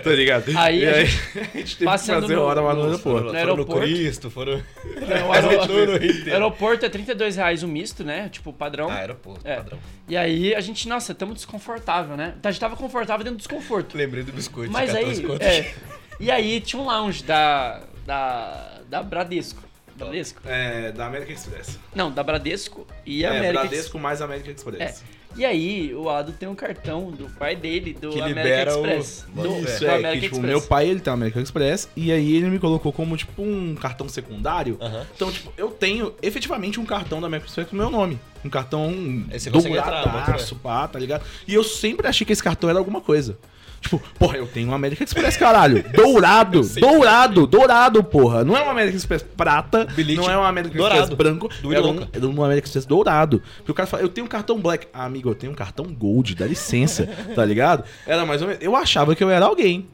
Speaker 2: tá ligado?
Speaker 3: Aí
Speaker 2: E
Speaker 3: a
Speaker 2: a gente teve que
Speaker 3: passando
Speaker 2: fazer
Speaker 3: no-
Speaker 2: hora lá
Speaker 3: no-
Speaker 2: no aeroporto.
Speaker 4: Foram no
Speaker 3: aeroporto.
Speaker 4: Cristo, foram...
Speaker 3: Não, o
Speaker 4: Aeroporto.
Speaker 3: aeroporto, aeroporto é R$ 32 reais o misto, né? Tipo, padrão.
Speaker 4: Ah, aeroporto,
Speaker 3: É.
Speaker 4: padrão.
Speaker 3: E aí a gente, nossa, tamo desconfortável, né? A gente tava confortável dentro do desconforto.
Speaker 4: Lembrei do biscoito.
Speaker 3: Mas aí.
Speaker 4: 14 conto.
Speaker 3: é. e aí tinha um lounge da. Da. Da Bradesco. Bradesco?
Speaker 2: É, da América Express.
Speaker 3: Não, da Bradesco e
Speaker 2: É,
Speaker 3: América. É.
Speaker 2: Bradesco mais América Express.
Speaker 3: E aí, o Ado tem um cartão do pai dele, do
Speaker 4: Que
Speaker 3: América
Speaker 4: libera o-
Speaker 3: Express. Do,
Speaker 4: Isso,
Speaker 2: Isso
Speaker 3: do
Speaker 2: é,
Speaker 3: América
Speaker 2: que, tipo,
Speaker 3: Express.
Speaker 2: meu pai, ele tem o American Express, e aí ele me colocou como, tipo, um cartão secundário.
Speaker 4: Aham.
Speaker 2: Então, tipo, eu tenho efetivamente um cartão da American Express com o meu nome. Um cartão
Speaker 4: Aí você consegue entrar,
Speaker 2: douradaço, pá, tá ligado? E eu sempre achei que esse cartão era alguma coisa. Tipo, porra, eu tenho um American Express, caralho. Dourado, dourado, dourado, porra. Não é um American Express prata,
Speaker 4: Bilhete
Speaker 2: não é um American
Speaker 4: dourado.
Speaker 2: Express branco.
Speaker 4: Do
Speaker 2: era, um,
Speaker 4: Iroca.
Speaker 2: era um American Express dourado. Porque o cara fala, eu tenho um cartão black. Ah, amigo, eu tenho um cartão gold, dá licença, tá ligado? Era mais ou menos. Eu achava que eu era alguém.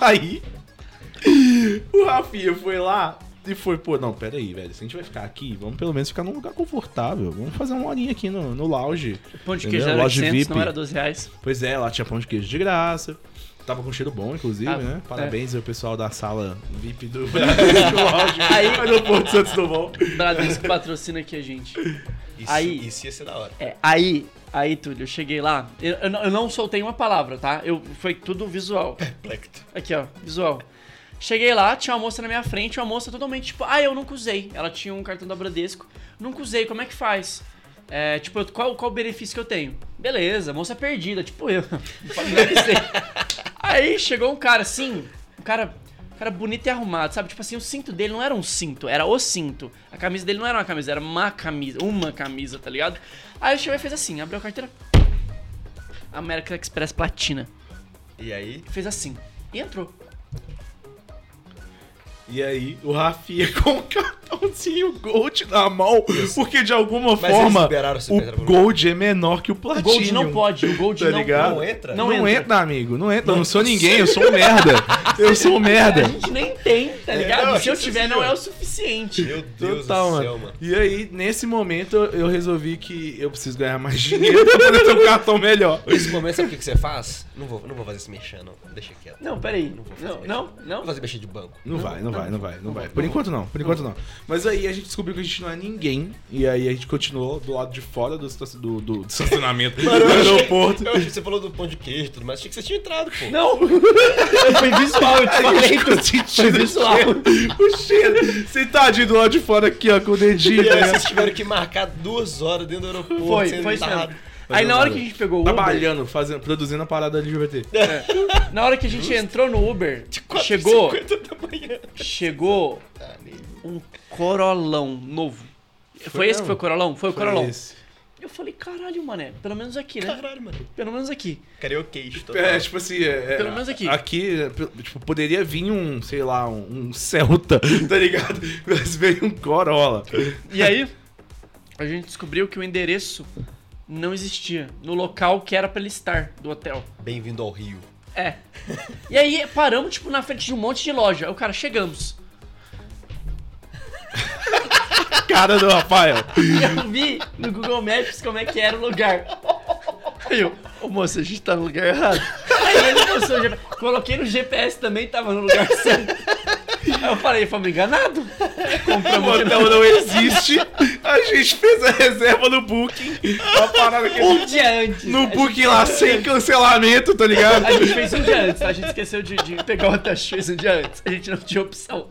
Speaker 2: Aí, o Rafinha foi lá e foi, pô, não, pera aí, velho. Se a gente vai ficar aqui, vamos pelo menos ficar num lugar confortável. Vamos fazer uma horinha aqui no, no lounge.
Speaker 3: Pão de
Speaker 2: Entendeu?
Speaker 3: queijo era
Speaker 2: Loja
Speaker 3: 800,
Speaker 2: VIP.
Speaker 3: não era 12 reais.
Speaker 2: Pois é, lá tinha pão de queijo de graça. Tava com cheiro bom, inclusive,
Speaker 3: Ah,
Speaker 2: né?
Speaker 3: é.
Speaker 2: Parabéns ao pessoal da sala VIP do, do lounge.
Speaker 3: Aí-
Speaker 2: aeroporto Santos Dumont.
Speaker 3: Bradesco patrocina aqui a gente.
Speaker 4: Isso,
Speaker 3: Aí-
Speaker 4: isso ia ser da hora.
Speaker 3: É, aí, aí, Túlio, eu cheguei lá. Eu, eu não- eu não soltei uma palavra, tá? Eu, foi tudo visual.
Speaker 4: Plecto.
Speaker 3: Aqui, ó, visual. Cheguei lá, tinha uma moça na minha frente, uma moça totalmente tipo, ah, eu nunca usei. Ela tinha um cartão da Bradesco, nunca usei, como é que faz? É, tipo, eu- qual, qual o benefício que eu tenho? Beleza, moça perdida, tipo eu. Nunca usei. Aí chegou um cara assim, um cara, um cara bonito e arrumado, sabe? Tipo assim, o cinto dele não era um cinto, era o cinto. A camisa dele não era uma camisa, era uma camisa, uma camisa, tá ligado? Aí eu cheguei e fez assim, abriu a carteira. American Express Platina.
Speaker 4: E aí...
Speaker 3: Fez assim. E entrou.
Speaker 2: E aí, o Rafinha com o cartãozinho Gold na mão, porque de alguma
Speaker 4: eles
Speaker 2: forma
Speaker 4: esperaram se
Speaker 2: o
Speaker 4: entrar pra-
Speaker 2: Gold é menor que o Platinum.
Speaker 3: O Gold não pode, o Gold
Speaker 2: Tá
Speaker 3: não
Speaker 2: ligado?
Speaker 4: Não entra?
Speaker 3: Não,
Speaker 2: Não,
Speaker 3: entra.
Speaker 2: entra. amigo. Não entra. Eu não sou ninguém, eu sou um merda. Eu sou um merda.
Speaker 3: A gente nem tem, tá ligado?
Speaker 4: não,
Speaker 3: Se eu
Speaker 4: isso
Speaker 3: tiver,
Speaker 4: sim,
Speaker 3: não
Speaker 4: ó.
Speaker 3: é o suficiente.
Speaker 4: Meu Deus
Speaker 2: Total,
Speaker 4: do
Speaker 2: mano.
Speaker 4: céu, mano.
Speaker 2: E aí, nesse momento, eu resolvi que eu preciso ganhar mais dinheiro pra poder ter um cartão melhor.
Speaker 4: Nesse momento, sabe o que que você faz? Não vou, não vou fazer esse mexer, não. Deixa quieto.
Speaker 3: Não, peraí.
Speaker 4: Não vou fazer
Speaker 3: Não,
Speaker 4: mexer.
Speaker 3: não,
Speaker 4: Vou
Speaker 3: não.
Speaker 4: fazer mexer de banco.
Speaker 2: Não vai, não vai, não vai, não vai. Por enquanto não, por enquanto não. Mas aí a gente descobriu que a gente não é ninguém. E aí a gente continuou do lado de fora do, estaci- do, do estacionamento do aeroporto.
Speaker 4: Eu achei que você falou do pão de queijo e tudo mais. Achei que você tinha entrado, pô.
Speaker 3: Não! Foi visual, eu te falei. Foi
Speaker 2: sentindo
Speaker 3: visual.
Speaker 2: o cheiro. Sentadinho do lado de fora aqui, ó, com o dedinho.
Speaker 4: E aí
Speaker 2: né?
Speaker 4: vocês tiveram que marcar duas horas dentro do aeroporto.
Speaker 3: Foi,
Speaker 4: sendo
Speaker 3: foi isso
Speaker 4: narrado.
Speaker 3: mesmo. Aí na hora que a gente pegou o Uber,
Speaker 2: Trabalhando, fazendo, produzindo a parada LGBT.
Speaker 3: na hora que a gente entrou no Uber,
Speaker 4: Quatro e
Speaker 3: chegou,
Speaker 4: 50 da manhã.
Speaker 3: chegou
Speaker 4: Ah, nego.
Speaker 3: um Corolão novo. Foi, esse que
Speaker 2: mesmo?
Speaker 3: foi o Corolão? Foi o Corolão.
Speaker 2: Esse.
Speaker 3: Eu falei, caralho, mané, pelo menos aqui, né?
Speaker 4: Caralho, mano.
Speaker 3: Pelo menos aqui.
Speaker 4: Karaokeish total.
Speaker 2: É, tipo assim, é, é,
Speaker 3: Pelo menos aqui.
Speaker 2: Aqui, é, tipo, poderia vir um, sei lá, um, um Celta, tá ligado? Mas veio um Corolla.
Speaker 3: E aí, a gente descobriu que o endereço não existia no local que era pra ele estar, do hotel.
Speaker 4: Bem-vindo ao Rio.
Speaker 3: É. E aí paramos, tipo, na frente de um monte de loja. Aí o cara, chegamos.
Speaker 2: Cara do Rafael.
Speaker 3: E eu vi no Google Maps como é que era o lugar. Aí eu, ô moço, a gente tá no lugar errado. Aí ele mostrou o GPS. Coloquei no GPS também, tava no lugar certo. Aí eu falei, fomos enganados.
Speaker 2: O hotel não existe. A gente fez a reserva no Booking. Uma parada que a gente-
Speaker 3: Um dia antes. A
Speaker 2: No
Speaker 3: gente-
Speaker 2: Booking lá sem cancelamento, tá ligado?
Speaker 3: A gente fez um dia antes, tá? a gente esqueceu de, de pegar o hotel, a gente fez um dia antes. A gente não tinha opção.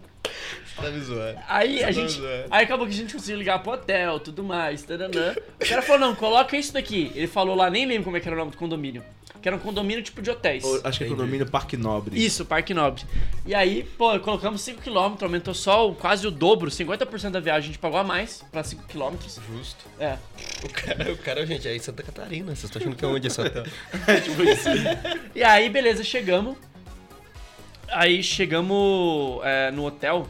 Speaker 4: Tá me zoando.
Speaker 3: Aí a
Speaker 4: Tá
Speaker 3: gente.
Speaker 4: zoando.
Speaker 3: Aí acabou que a gente conseguiu ligar pro hotel, tudo mais. Taranã. O cara falou, não, coloca isso daqui. Ele falou lá, nem lembro como é que era o nome do condomínio. Que era um condomínio tipo de hotéis.
Speaker 2: Acho que é condomínio Parque Nobre.
Speaker 3: Isso, Parque Nobre. E aí, pô, colocamos 5km, aumentou só o- quase o dobro, 50% da viagem a gente pagou a mais pra 5km.
Speaker 4: Justo.
Speaker 3: É.
Speaker 4: O cara, o cara, gente, é em Santa Catarina. Vocês estão achando que é onde esse hotel?
Speaker 3: E aí, beleza, chegamos. Aí chegamos é, no hotel.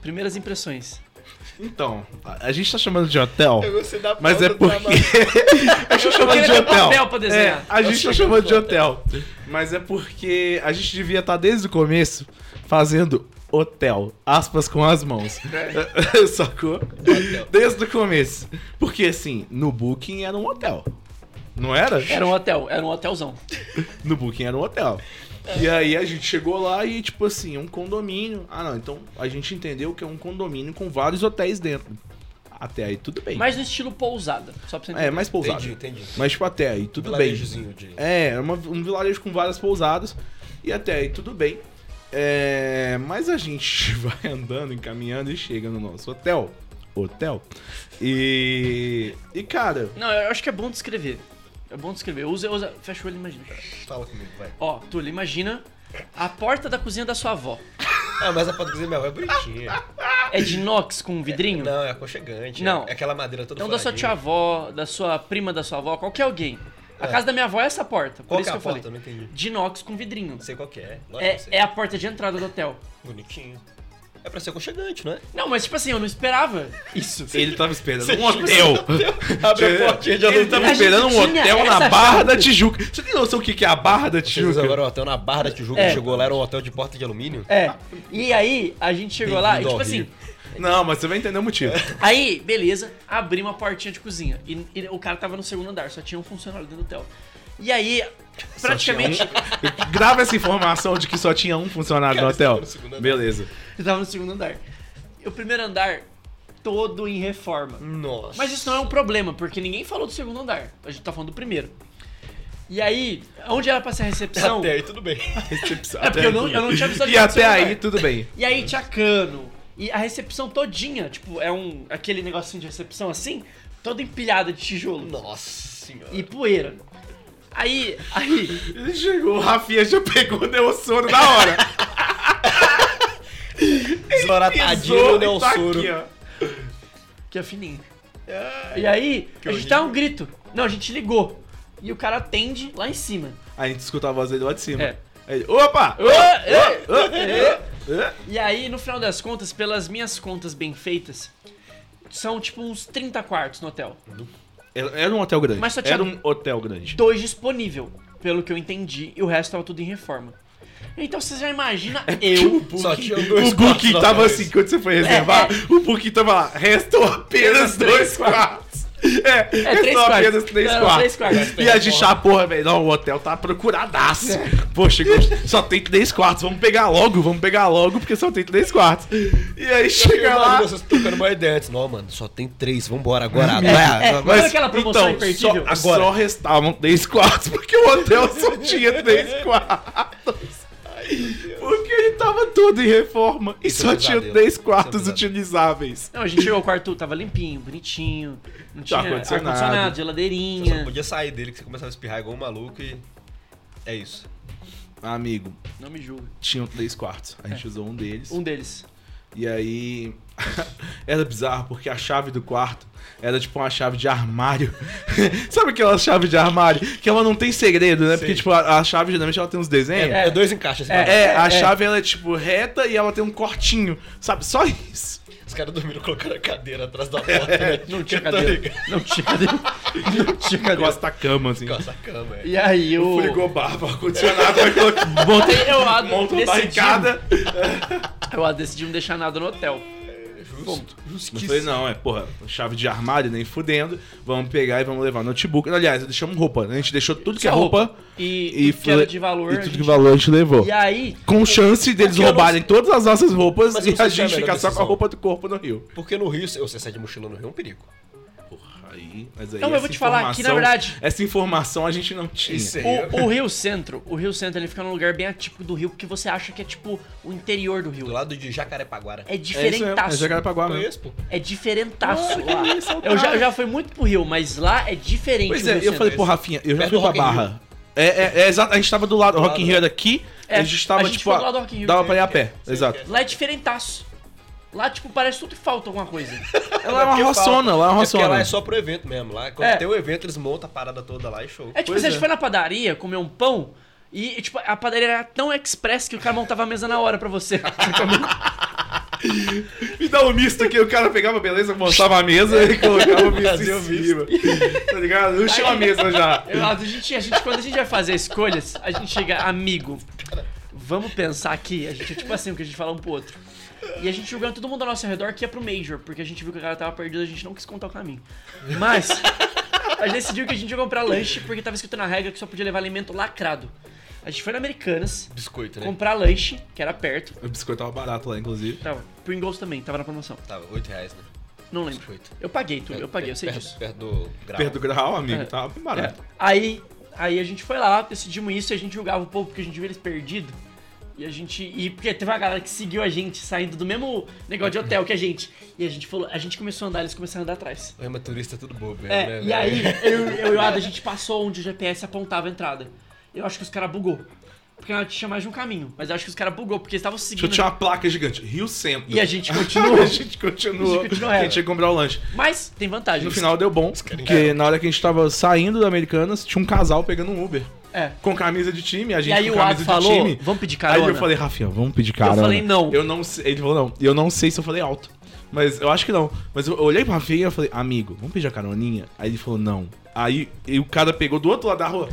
Speaker 3: Primeiras impressões.
Speaker 2: Então, a a gente tá chamando de hotel,
Speaker 4: gostei da
Speaker 2: mas é porque. a gente tá chamando
Speaker 3: queria
Speaker 2: de
Speaker 3: ter
Speaker 2: hotel.
Speaker 3: papel pra desenhar.
Speaker 2: É, a gente tá chamando de hotel. Mas é porque a gente devia estar desde o começo fazendo hotel, aspas com as mãos. Sacou? Desde o começo. Porque assim, no Booking era um hotel. Não era?
Speaker 3: Era um hotel, era um hotelzão.
Speaker 2: No Booking era um hotel. E aí a gente chegou lá e, tipo assim, um condomínio. Ah, não, então a gente entendeu que é um condomínio com vários hotéis dentro. Até aí tudo bem.
Speaker 3: Mas no estilo pousada, só pra você entender.
Speaker 2: É, mais pousado.
Speaker 4: Entendi, entendi.
Speaker 2: Mas, tipo, até aí tudo bem.
Speaker 4: Vilarejozinho de-
Speaker 2: É, é uma- um vilarejo com várias pousadas. E até aí tudo bem. É, mas a gente vai andando, encaminhando e chega no nosso hotel. Hotel. E. E, cara.
Speaker 3: Não, eu acho que é bom descrever. É bom descrever. Usa, usa, fecha o olho e imagina.
Speaker 4: Fala comigo, vai.
Speaker 3: Ó, Túlio, imagina a porta da cozinha da sua avó.
Speaker 4: Ah, mas a padrinha minha avó é bonitinha.
Speaker 3: É de inox com um vidrinho?
Speaker 4: Não, é aconchegante.
Speaker 3: Não.
Speaker 4: É aquela madeira toda
Speaker 3: Então da sua tia
Speaker 4: furadinha.
Speaker 3: avó, da sua prima da sua avó, qualquer alguém. A casa da minha avó é essa porta, por
Speaker 4: Qual
Speaker 3: isso
Speaker 4: que
Speaker 3: que
Speaker 4: é a
Speaker 3: eu falei.
Speaker 4: foto? Eu não entendi.
Speaker 3: De inox com vidrinho.
Speaker 4: Não sei qual que é. Lógico que eu sei.
Speaker 3: É, é a porta de entrada do hotel.
Speaker 4: Bonitinho. É pra ser aconchegante, não é?
Speaker 3: Não, mas tipo assim, eu não esperava isso.
Speaker 2: Ele tava esperando um hotel.
Speaker 4: Abre a portinha de
Speaker 2: Ele
Speaker 4: aluguel.
Speaker 2: tava
Speaker 3: A
Speaker 2: esperando um
Speaker 3: gente tinha
Speaker 2: hotel na
Speaker 3: essa
Speaker 2: Barra
Speaker 3: chance.
Speaker 2: da Tijuca. Você tem noção o que que é a Barra da
Speaker 4: Vocês
Speaker 2: Tijuca?
Speaker 4: agora o hotel na Barra da Tijuca,
Speaker 3: É.
Speaker 4: chegou lá, era um hotel de porta de alumínio.
Speaker 3: É. E aí, a gente chegou lá e
Speaker 4: Bem-vindo
Speaker 3: tipo
Speaker 4: ao
Speaker 3: assim,
Speaker 4: Rio.
Speaker 2: Não, mas você vai entender o motivo.
Speaker 3: É, aí, beleza, abri uma portinha de cozinha. E, e o cara tava no segundo andar, só tinha um funcionário dentro do hotel. E aí, praticamente.
Speaker 2: um. Grava essa informação de que só tinha um funcionário no
Speaker 4: Cara,
Speaker 2: hotel.
Speaker 4: você tá no segundo andar.
Speaker 2: Beleza.
Speaker 3: Eu tava no segundo andar. E o primeiro andar, todo em reforma.
Speaker 4: Nossa.
Speaker 3: Mas isso não é um problema, porque ninguém falou do segundo andar. A gente tá falando do primeiro. E aí, onde era pra ser a recepção?
Speaker 4: Até aí tudo bem.
Speaker 2: Recepção.
Speaker 3: É porque eu não- eu não tinha visualizado
Speaker 2: E até
Speaker 3: o celular.
Speaker 2: aí, tudo bem.
Speaker 3: E aí tinha cano. E a recepção todinha, tipo, é um aquele negocinho de recepção assim, toda empilhada de tijolo
Speaker 4: Nossa senhora.
Speaker 3: e poeira. Aí, aí,
Speaker 2: Ele chegou, o Rafinha já pegou, deu o sono na hora.
Speaker 4: Zoratadinho
Speaker 2: Pisou
Speaker 4: do Del
Speaker 2: e tá
Speaker 4: Soro.
Speaker 2: aqui, ó.
Speaker 3: que é fininho. E aí, a gente dá um grito. Não, a gente ligou. E o cara atende lá em cima.
Speaker 2: Aí a gente escuta a voz dele lá de cima.
Speaker 3: É.
Speaker 2: Aí ele, opa!
Speaker 3: Ô, ô,
Speaker 2: Hã?
Speaker 3: E aí, no final das contas, pelas minhas contas bem feitas, são tipo uns 30 quartos no hotel.
Speaker 2: Era era um hotel grande.
Speaker 3: Mas só tinha-
Speaker 2: Era um hotel grande.
Speaker 3: Dois disponível, pelo que eu entendi, e o resto tava tudo em reforma. Então você já imagina eu.
Speaker 2: um
Speaker 4: Só tinha dois
Speaker 2: Tipo, O Booking
Speaker 4: quartos na
Speaker 2: tava
Speaker 4: vez.
Speaker 2: assim, quando você foi
Speaker 3: É,
Speaker 2: reservar, o Booking tava lá, restam apenas dois quartos. É,
Speaker 3: É, três
Speaker 2: restam
Speaker 3: quartos.
Speaker 2: apenas três
Speaker 3: Não, não, três
Speaker 2: quartos.
Speaker 3: quartos. É.
Speaker 2: E a gente, ah, porra, velho, não, o hotel tá procuradaço. Pô, chegou, só tem três quartos, vamos pegar logo, vamos pegar logo, porque só tem três quartos. E aí chega
Speaker 4: Chega
Speaker 2: lá...
Speaker 4: lá. Vocês trocando uma ideia antes. Não, mano, só tem três. Vambora agora. Vai,
Speaker 2: Ah,
Speaker 3: é,
Speaker 4: agora.
Speaker 3: Lembra aquela promoção
Speaker 2: então, só,
Speaker 3: imperdível?
Speaker 2: agora. só restavam três quartos, porque o hotel só tinha três quartos. Porque ele tava todo em reforma e
Speaker 4: Isso é
Speaker 2: só
Speaker 4: um
Speaker 2: tinha
Speaker 4: pesadelo.
Speaker 2: três
Speaker 4: Isso é um
Speaker 2: quartos
Speaker 4: pesadelo.
Speaker 2: utilizáveis.
Speaker 3: Não, a gente chegou, o quarto tava limpinho, bonitinho. Não tinha
Speaker 2: Tinha ar-condicionado.
Speaker 3: ar-condicionado,
Speaker 4: Você só
Speaker 3: geladeirinha.
Speaker 4: podia sair dele que você começava a espirrar igual um maluco e. É isso.
Speaker 2: Ah, Amigo,
Speaker 3: Não me julga.
Speaker 2: tinham três quartos. A gente usou um deles.
Speaker 3: Um deles.
Speaker 2: E aí. era bizarro, porque a chave do quarto era tipo uma chave de armário. Sabe aquela chave de armário? Que ela não tem segredo, né? Porque,
Speaker 4: Sei.
Speaker 2: tipo, a, a chave geralmente ela tem uns desenhos.
Speaker 4: É, dois encaixes.
Speaker 3: É.
Speaker 2: É, a
Speaker 3: é.
Speaker 2: chave ela é tipo reta e ela tem um cortinho, sabe? Só isso.
Speaker 4: Os caras dormiram colocando a cadeira atrás da porta. né?
Speaker 3: É, Não tinha
Speaker 4: Eu tô
Speaker 3: cadeira.
Speaker 4: ligado.
Speaker 3: Não tinha cadeira. Não tinha cadeira.
Speaker 2: Gosta da cama, assim.
Speaker 4: Com essa cama, é.
Speaker 3: E aí eu.
Speaker 2: Frigobar, ar-condicionado, vai colocar-
Speaker 3: Botei eu a
Speaker 2: monta uma
Speaker 3: decidi,
Speaker 2: barricada.
Speaker 3: eu a decidi não deixar nada no hotel.
Speaker 4: Justo.
Speaker 2: Não falei, não, é, porra, chave de armário, nem fudendo. Vamos pegar e vamos levar notebook. Aliás, deixamos roupa, né? A gente deixou tudo que é
Speaker 3: Só
Speaker 2: roupa.
Speaker 3: E, e que era de valor.
Speaker 2: E
Speaker 3: a
Speaker 2: tudo
Speaker 3: gente-
Speaker 2: que valor a gente levou.
Speaker 3: E aí,
Speaker 2: Com chance deles
Speaker 4: Aqui eu não
Speaker 2: roubarem todas as nossas roupas
Speaker 4: Mas eu
Speaker 2: e
Speaker 4: não sei
Speaker 2: a
Speaker 4: se é a
Speaker 2: gente
Speaker 4: melhor
Speaker 2: ficar só com a
Speaker 4: decisão.
Speaker 2: roupa do corpo no Rio.
Speaker 4: Porque no Rio, se- você sai de mochila no Rio é um perigo.
Speaker 2: Porra, aí. Mas aí
Speaker 3: Não, mas eu
Speaker 2: essa
Speaker 3: vou te falar que, na
Speaker 2: informação-
Speaker 3: verdade-
Speaker 2: Essa informação a gente não tinha.
Speaker 4: Isso aí. é
Speaker 3: o, o Rio Centro, o Rio Centro, ele fica num lugar bem atípico do Rio, porque você acha que é tipo o interior do
Speaker 4: Do
Speaker 3: Rio.
Speaker 4: lado de Jacarepaguara.
Speaker 3: É
Speaker 2: É isso mesmo, é
Speaker 3: diferentaço.
Speaker 2: Jacarepaguá mesmo.
Speaker 4: Conheço, pô.
Speaker 3: É diferentaço lá. Eu já, eu já fui muito pro Rio, mas lá é diferente.
Speaker 2: Pois
Speaker 3: o Rio
Speaker 2: é, eu
Speaker 3: Centro.
Speaker 2: falei, pô, Rafinha, eu já
Speaker 4: Perto
Speaker 2: fui
Speaker 4: do
Speaker 2: pra
Speaker 4: Rock in Rio.
Speaker 2: Barra. É, é, é exato, a gente tava do lado, Rock in Rio era daqui,
Speaker 3: É,
Speaker 2: a gente tava,
Speaker 3: a gente
Speaker 2: tipo,
Speaker 3: foi do lado do Rock in Rio,
Speaker 2: dava
Speaker 3: sei
Speaker 2: pra ir a
Speaker 4: que é,
Speaker 2: pé,
Speaker 4: sei
Speaker 2: exato.
Speaker 4: que
Speaker 3: Lá é diferentaço. Lá, tipo, parece tudo que falta alguma coisa.
Speaker 2: Ela é uma
Speaker 4: Porque
Speaker 2: roçona,
Speaker 4: falta.
Speaker 2: lá é uma
Speaker 4: É porque lá
Speaker 2: roçona.
Speaker 4: é só pro evento mesmo. Lá, quando
Speaker 3: É.
Speaker 4: tem o evento, eles montam a parada toda lá e show.
Speaker 3: É tipo,
Speaker 2: Pois
Speaker 3: se a gente
Speaker 2: é.
Speaker 3: foi na padaria comer um pão e, tipo, a padaria era tão express que o cara montava a mesa na hora pra você.
Speaker 2: Me dá um misto aqui, o cara pegava, beleza, montava a mesa e colocava o misto
Speaker 4: Fazia
Speaker 2: em
Speaker 4: o
Speaker 2: cima. Tá ligado? Eu tinha uma mesa já.
Speaker 3: Eu, a gente, a gente, quando a gente vai fazer escolhas, a gente chega, amigo, vamos pensar aqui. A gente é tipo assim, o que a gente fala um pro outro. E a gente julgando todo mundo ao nosso redor que ia pro Major, porque a gente viu que o cara tava perdido, a gente não quis contar o caminho. Mas, a gente decidiu que a gente ia comprar lanche, porque tava escrito na regra que só podia levar alimento lacrado. A gente foi na Americanas,
Speaker 4: Biscoito, né?
Speaker 3: comprar lanche, que era perto.
Speaker 2: O biscoito tava barato lá, inclusive.
Speaker 3: Tava, Pringles também, tava na promoção.
Speaker 4: Tava 8 reais, né?
Speaker 3: Não lembro.
Speaker 4: Biscoito.
Speaker 3: Eu paguei tudo, eu paguei, eu sei
Speaker 4: É, Perto-
Speaker 3: disso.
Speaker 4: Perto do grau.
Speaker 2: Perto do grau, amigo,
Speaker 3: É.
Speaker 2: tava bem
Speaker 3: É.
Speaker 2: barato.
Speaker 3: Aí, aí a gente foi lá, decidimos isso e a gente julgava o povo porque a gente viu eles perdido. E a gente. E porque teve uma galera que seguiu a gente saindo do mesmo negócio de hotel que a gente. E a gente falou, a gente começou a andar, eles começaram a andar atrás.
Speaker 4: É uma turista tudo bobo,
Speaker 3: É,
Speaker 4: né,
Speaker 3: e
Speaker 4: velho?
Speaker 3: aí eu, eu e o Ada, a gente passou onde o GPS apontava a entrada. Eu acho que os caras bugou. Porque ela tinha mais de um caminho, mas eu acho que os caras bugou, porque eles estavam
Speaker 2: Deixa eu
Speaker 3: seguindo.
Speaker 2: tirar uma placa gigante, Rio Centro.
Speaker 3: E a gente continuou.
Speaker 2: a gente continuou.
Speaker 3: A gente continuou,
Speaker 2: a
Speaker 3: é.
Speaker 2: gente ia comprar o lanche.
Speaker 3: Mas tem vantagem.
Speaker 2: No final deu bom, porque na hora que a gente tava saindo da Americanas, tinha um casal pegando um Uber.
Speaker 3: É.
Speaker 2: Com camisa de time, a gente
Speaker 3: E aí
Speaker 2: com
Speaker 3: o Ada
Speaker 2: camisa de
Speaker 3: falou,
Speaker 2: time.
Speaker 3: vamos pedir
Speaker 2: Aí
Speaker 3: carona.
Speaker 2: eu falei, Rafinha, vamos pedir carona.
Speaker 3: Eu falei, não.
Speaker 2: Eu não sei. Ele falou, não. Eu não sei se eu falei alto. Mas eu acho que não. Mas eu olhei pro Rafinha e eu falei, amigo, vamos pedir a caroninha? Aí ele falou, não. Aí e o cara pegou do outro lado da rua.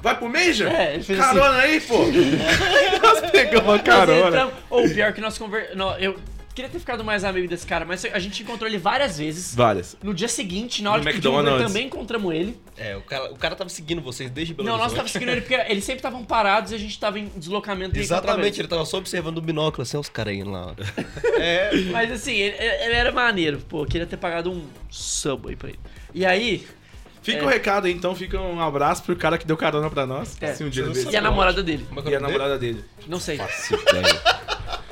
Speaker 2: Vai pro Meija?
Speaker 3: É, ele fez
Speaker 2: carona aí, pô. Nós pegamos a
Speaker 3: Nós
Speaker 2: carona.
Speaker 3: entramos- então, Ou pior que nós conversamos. Eu queria ter ficado mais amigo desse cara, mas a gente encontrou ele várias vezes.
Speaker 2: Várias.
Speaker 3: No dia seguinte, na hora
Speaker 2: No
Speaker 3: de pedir Uber,
Speaker 2: McDonald's.
Speaker 3: também encontramos ele.
Speaker 4: É, o cara, o cara tava seguindo vocês desde Belo
Speaker 3: Não, nós
Speaker 4: Horizonte.
Speaker 3: tava seguindo ele porque eles sempre estavam parados e a gente tava em deslocamento. e encontrava
Speaker 4: Exatamente, ele tava só observando o binóculo, assim, ó, os caras indo lá. ó. é,
Speaker 3: ele. Mas assim, ele, ele era maneiro. Pô, eu queria ter pagado um subway pra ele. E aí,
Speaker 2: Fica
Speaker 3: É.
Speaker 2: o recado aí, então. Fica um abraço pro cara que deu carona pra nós.
Speaker 3: É.
Speaker 2: Se um dia ele
Speaker 4: E
Speaker 2: vê
Speaker 3: e a
Speaker 2: esse
Speaker 3: namorada dele?
Speaker 4: como é que
Speaker 2: podcast. E a namorada dele.
Speaker 3: Não sei.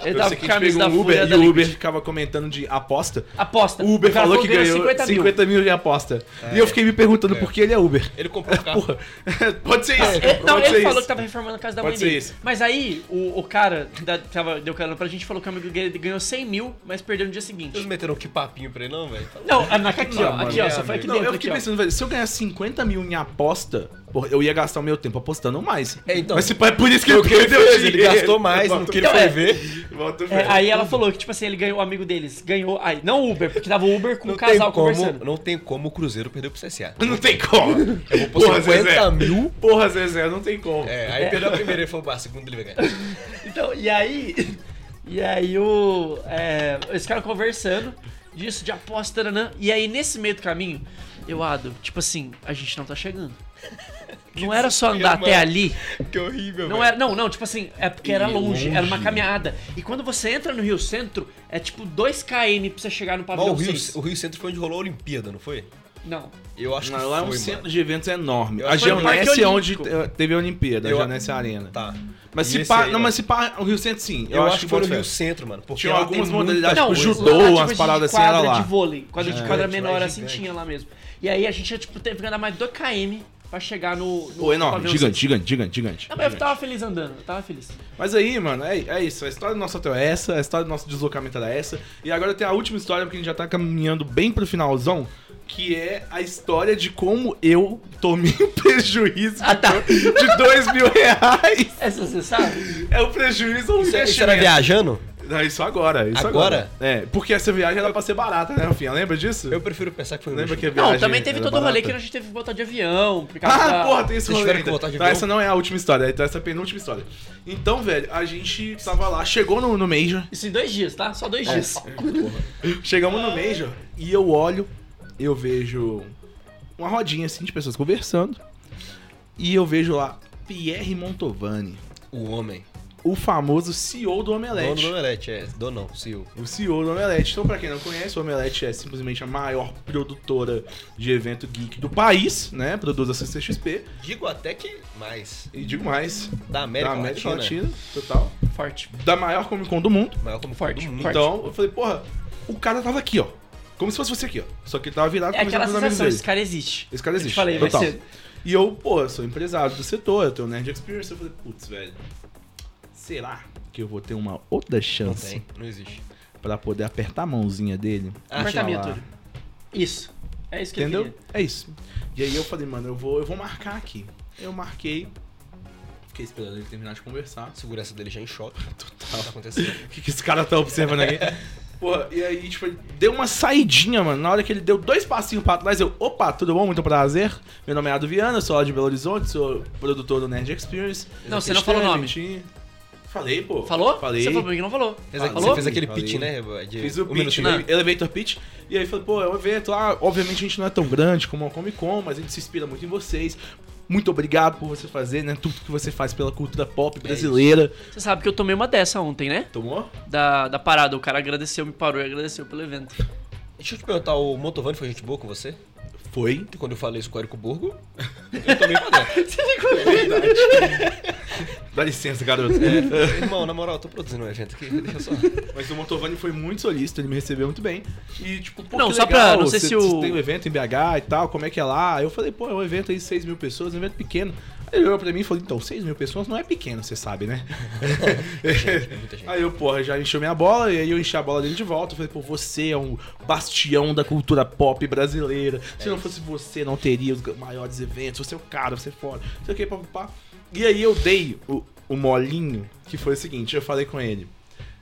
Speaker 3: Ele
Speaker 2: Eu
Speaker 3: tava
Speaker 2: sei que
Speaker 3: Tá com
Speaker 2: a gente pegou
Speaker 3: camisa da
Speaker 2: um
Speaker 3: Fúria
Speaker 2: Uber
Speaker 3: da
Speaker 2: e o
Speaker 3: Liquid.
Speaker 2: Uber ficava comentando de aposta.
Speaker 3: Aposta.
Speaker 2: O Uber
Speaker 3: cara
Speaker 2: falou que ganhou
Speaker 3: 50 mil. É.
Speaker 2: de aposta. E eu fiquei me perguntando por que ele é Uber.
Speaker 4: Ele comprou o carro.
Speaker 2: Porra, pode ser isso.
Speaker 3: Ele- É. não,
Speaker 2: pode
Speaker 3: ele
Speaker 2: ser
Speaker 3: falou que tá
Speaker 2: isso.
Speaker 3: tava reformando a casa da
Speaker 2: Pode
Speaker 3: mãe
Speaker 2: ser
Speaker 3: dele.
Speaker 2: isso.
Speaker 3: Mas aí, o, o cara da, tava, deu carona pra gente falou que o amigo dele ganhou 100 mil, mas perdeu no dia seguinte.
Speaker 4: Eles meteram que papinho pra ele, não, velho?
Speaker 3: Não, a Naka aqui, ó.
Speaker 2: mano,
Speaker 3: Aqui, ó.
Speaker 4: é,
Speaker 3: Só foi aqui
Speaker 2: Não,
Speaker 3: dentro.
Speaker 2: eu fiquei
Speaker 3: aqui, ó.
Speaker 2: pensando, velho, se eu ganhar 50 mil em aposta, porra, eu ia gastar o meu tempo apostando mais.
Speaker 4: É, então.
Speaker 2: Mas se pá, é por isso que eu
Speaker 4: O que ele
Speaker 2: perdeu
Speaker 4: fez?
Speaker 2: dinheiro.
Speaker 4: Ele gastou mais no que ele
Speaker 3: Então,
Speaker 4: foi
Speaker 3: é.
Speaker 4: ver.
Speaker 2: Volta o
Speaker 3: É,
Speaker 2: velho.
Speaker 3: aí ela falou que, tipo assim, ele ganhou o amigo deles. Ganhou. Aí, não o Uber, porque tava o Uber com o Um casal
Speaker 4: como,
Speaker 3: conversando.
Speaker 4: não tem como o Cruzeiro perdeu pro CSA.
Speaker 2: Não tem como.
Speaker 4: Eu vou pôr 50 mil.
Speaker 2: Porra, Zezé, não tem como.
Speaker 4: É, aí perdeu a primeira e falou, ah, a segunda ele vai ganhar.
Speaker 3: Então, e aí. E aí o. É, esse cara conversando disso, de aposta, nanã. E aí, nesse meio do caminho, eu ado, tipo assim, a gente não tá chegando. Não era só andar
Speaker 4: desespero,
Speaker 3: até
Speaker 4: mano.
Speaker 3: ali.
Speaker 4: Que horrível,
Speaker 3: Não
Speaker 4: velho.
Speaker 3: era, não, não, tipo assim, é porque era longe, era uma caminhada. E quando você entra no Rio Centro, é tipo 2 km pra você chegar no
Speaker 4: Mas o
Speaker 3: pavilhão
Speaker 4: Rio,
Speaker 3: 6.
Speaker 4: o Rio Centro foi onde rolou a Olimpíada, não foi?
Speaker 3: Não.
Speaker 4: Eu acho que
Speaker 2: Não,
Speaker 4: foi,
Speaker 2: lá é um
Speaker 4: mano.
Speaker 2: centro de eventos enorme.
Speaker 4: Eu
Speaker 2: A
Speaker 4: acho que foi no
Speaker 2: Geonesse
Speaker 3: Parque
Speaker 2: é onde
Speaker 3: Olímpico.
Speaker 2: te- teve a Olimpíada,
Speaker 4: Eu-
Speaker 2: a Geonesse Arena.
Speaker 4: Tá.
Speaker 2: Mas
Speaker 4: E
Speaker 2: se
Speaker 4: esse
Speaker 2: pá,
Speaker 4: aí,
Speaker 2: não,
Speaker 4: ó.
Speaker 2: mas se pá, o Rio Centro sim.
Speaker 4: Eu, acho que foi no
Speaker 2: bota fé.
Speaker 4: Rio Centro, mano. Porque
Speaker 2: Tinha
Speaker 4: lá
Speaker 2: algumas
Speaker 4: tem muita-
Speaker 2: modalidades, tipo,
Speaker 3: o-
Speaker 2: judô,
Speaker 3: lá, tipo,
Speaker 2: umas
Speaker 3: de
Speaker 2: paradas assim, era
Speaker 3: quadra
Speaker 2: lá.
Speaker 3: de vôlei, quadra de quadra
Speaker 4: Gigante,
Speaker 3: menor
Speaker 4: lá é
Speaker 3: assim
Speaker 4: gigante.
Speaker 3: tinha lá mesmo. E aí a gente ia, tipo, ter que andar mais 2km pra chegar no... no
Speaker 2: Pô, enorme,
Speaker 3: pavilhão
Speaker 2: gigante,
Speaker 3: seis.
Speaker 2: gigante, gigante, gigante.
Speaker 3: Não, mas eu tava feliz andando, eu tava feliz.
Speaker 2: Mas aí, mano, é, é isso. A história do nosso hotel é essa, a história do nosso deslocamento era essa. E agora tem a última história, porque a gente já tá caminhando bem pro finalzão, que é a história de como eu tomei um prejuízo
Speaker 3: Ah, tá.
Speaker 2: de dois mil reais.
Speaker 3: Essa você sabe?
Speaker 2: É o prejuízo ou o
Speaker 4: Isso era
Speaker 2: investimento?
Speaker 4: viajando?
Speaker 2: Não, isso agora, isso agora.
Speaker 4: Agora?
Speaker 2: É, porque essa viagem era pra ser barata, né, Rafinha? Lembra disso?
Speaker 4: Eu prefiro pensar que foi um
Speaker 2: Lembra
Speaker 4: luxo.
Speaker 2: que a viagem
Speaker 3: Não, também teve
Speaker 2: era
Speaker 3: todo o rolê
Speaker 2: barata?
Speaker 3: que a gente teve que voltar de avião. Por causa
Speaker 2: Ah,
Speaker 3: da-
Speaker 2: porra, tem esse
Speaker 4: Vocês
Speaker 2: rolê
Speaker 4: tiveram que
Speaker 2: ainda.
Speaker 4: voltar de
Speaker 2: Não,
Speaker 4: avião?
Speaker 2: essa não é a última história, então essa é a penúltima história. Então, velho, a gente tava lá, chegou no, no Major,
Speaker 3: Isso em dois dias, tá? Só
Speaker 2: É.
Speaker 3: dois dias.
Speaker 2: Chegamos no Major e eu olho, eu vejo uma rodinha assim de pessoas conversando. E eu vejo lá Pierre Montovani,
Speaker 4: O homem.
Speaker 2: o famoso CEO do
Speaker 4: Dono do
Speaker 2: Omelete.
Speaker 4: Omelete, é. Dono não, CEO.
Speaker 2: O CEO do Omelete. Então, pra quem não conhece, o Omelete é simplesmente a maior produtora de evento geek do país, né? Produz a CCXP
Speaker 4: Digo até que mais.
Speaker 2: e digo mais,
Speaker 4: Da América,
Speaker 2: da América
Speaker 4: Latina.
Speaker 3: né?
Speaker 2: Latina, total,
Speaker 3: Forte.
Speaker 2: da maior Comic Con do mundo.
Speaker 4: Maior como
Speaker 3: Forte,
Speaker 4: do mundo.
Speaker 3: forte.
Speaker 2: Então, eu falei, porra, o cara tava aqui, ó. Como se fosse você aqui, ó. Só que ele tava virado
Speaker 3: É aquela
Speaker 2: conversando com os amigos
Speaker 3: sensação,
Speaker 2: dele.
Speaker 3: esse cara existe.
Speaker 2: Esse cara
Speaker 3: Eu te
Speaker 2: existe.
Speaker 3: falei, vai
Speaker 2: total.
Speaker 3: ser.
Speaker 2: E eu, pô, eu sou empresário do setor, eu tenho Nerd Experience. Eu falei, putz, velho, será que eu vou ter uma outra
Speaker 4: Não
Speaker 2: chance
Speaker 4: tem, não existe.
Speaker 2: pra poder apertar a mãozinha dele?
Speaker 4: Ah,
Speaker 2: e
Speaker 3: Apertar a minha,
Speaker 2: falar?"
Speaker 3: Túlio. Isso. É isso que eu
Speaker 2: Entendeu?
Speaker 3: queria.
Speaker 2: É isso. E aí eu falei, mano, eu vou, eu vou marcar aqui. Eu marquei. Fiquei esperando ele terminar de conversar.
Speaker 4: A segurança dele já é em choque. O que tá
Speaker 2: Total.
Speaker 4: acontecendo?
Speaker 2: O que, que esse cara tá observando aqui? Porra, e aí, tipo, ele deu uma saidinha, mano. Na hora que ele deu dois passinhos pra trás, eu, opa, tudo bom? Muito prazer. Meu nome é Ado Viana, sou lá de Belo Horizonte, sou produtor do Nerd Experience.
Speaker 3: Não, você
Speaker 2: Exatamente,
Speaker 3: não falou o nome.
Speaker 2: gente. Falei, pô.
Speaker 3: Falou?
Speaker 2: Falei.
Speaker 3: Você falou pra mim que não falou.
Speaker 4: Fez a-
Speaker 3: Falou?
Speaker 4: Você fez aquele
Speaker 2: Falei.
Speaker 4: pitch, né? de
Speaker 2: Fiz o
Speaker 4: um
Speaker 2: pitch,
Speaker 4: minuto e
Speaker 2: né?
Speaker 4: meio.
Speaker 2: Elevator pitch. E aí falei, pô, é um evento lá. Obviamente a gente não é tão grande como a Comic Con, mas a gente se inspira muito em vocês. Muito obrigado por você fazer, né? Tudo que você faz pela cultura pop brasileira.
Speaker 3: Você sabe que eu tomei uma dessa ontem, né?
Speaker 2: É Tomou?
Speaker 3: Da, da parada. O cara agradeceu, me parou e agradeceu pelo evento.
Speaker 4: Deixa eu te perguntar, o Motovani foi gente boa com você?
Speaker 2: Foi.
Speaker 4: Quando eu falei isso com o Érico Borgo, eu tomei pra dentro.
Speaker 2: Dá licença, garoto.
Speaker 4: Irmão, na moral, eu tô produzindo um evento aqui, deixa eu só.
Speaker 2: Mas o Motovani foi muito solícito, ele me recebeu muito bem. E, tipo, pô,
Speaker 3: Não,
Speaker 2: que
Speaker 3: só
Speaker 2: legal,
Speaker 3: pra- não sei
Speaker 2: cê-
Speaker 3: se o-
Speaker 2: cê tem um evento em BH e tal, como é que é lá? Eu falei, pô, é um evento aí de 6 mil pessoas, um evento pequeno. Aí ele olhou pra mim e falou, então, 6 mil pessoas não é pequeno, você sabe, né?
Speaker 3: é
Speaker 4: Muita gente.
Speaker 2: Aí eu, porra, já encheu minha bola, e aí eu enchi a bola dele de volta. Eu falei, pô, você é um bastião da cultura pop brasileira.
Speaker 3: É
Speaker 2: Se não fosse você, não teria os maiores eventos. Você é o cara, você é foda. Não sei o que, papapá. E aí eu dei o, o molinho, que foi o seguinte: eu falei com ele.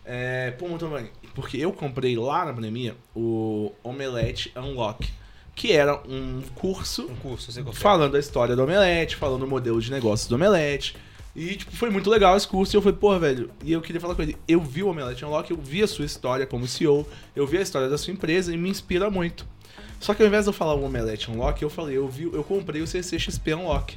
Speaker 2: É, pô, Montomani, porque eu comprei lá na pandemia o Omelette Unlock, que era um curso
Speaker 4: Um curso, você gostou?
Speaker 2: falando a história do Omelete, falando o modelo de negócios do Omelete. E, tipo, foi muito legal esse curso. E eu falei, porra, velho. E eu queria falar com ele. Eu vi o Omelete Unlock, eu vi a sua história como CEO, eu vi a história da sua empresa e me inspira muito. Só que ao invés de eu falar o Omelete Unlock, eu falei, eu vi, eu comprei o CCXP Unlock.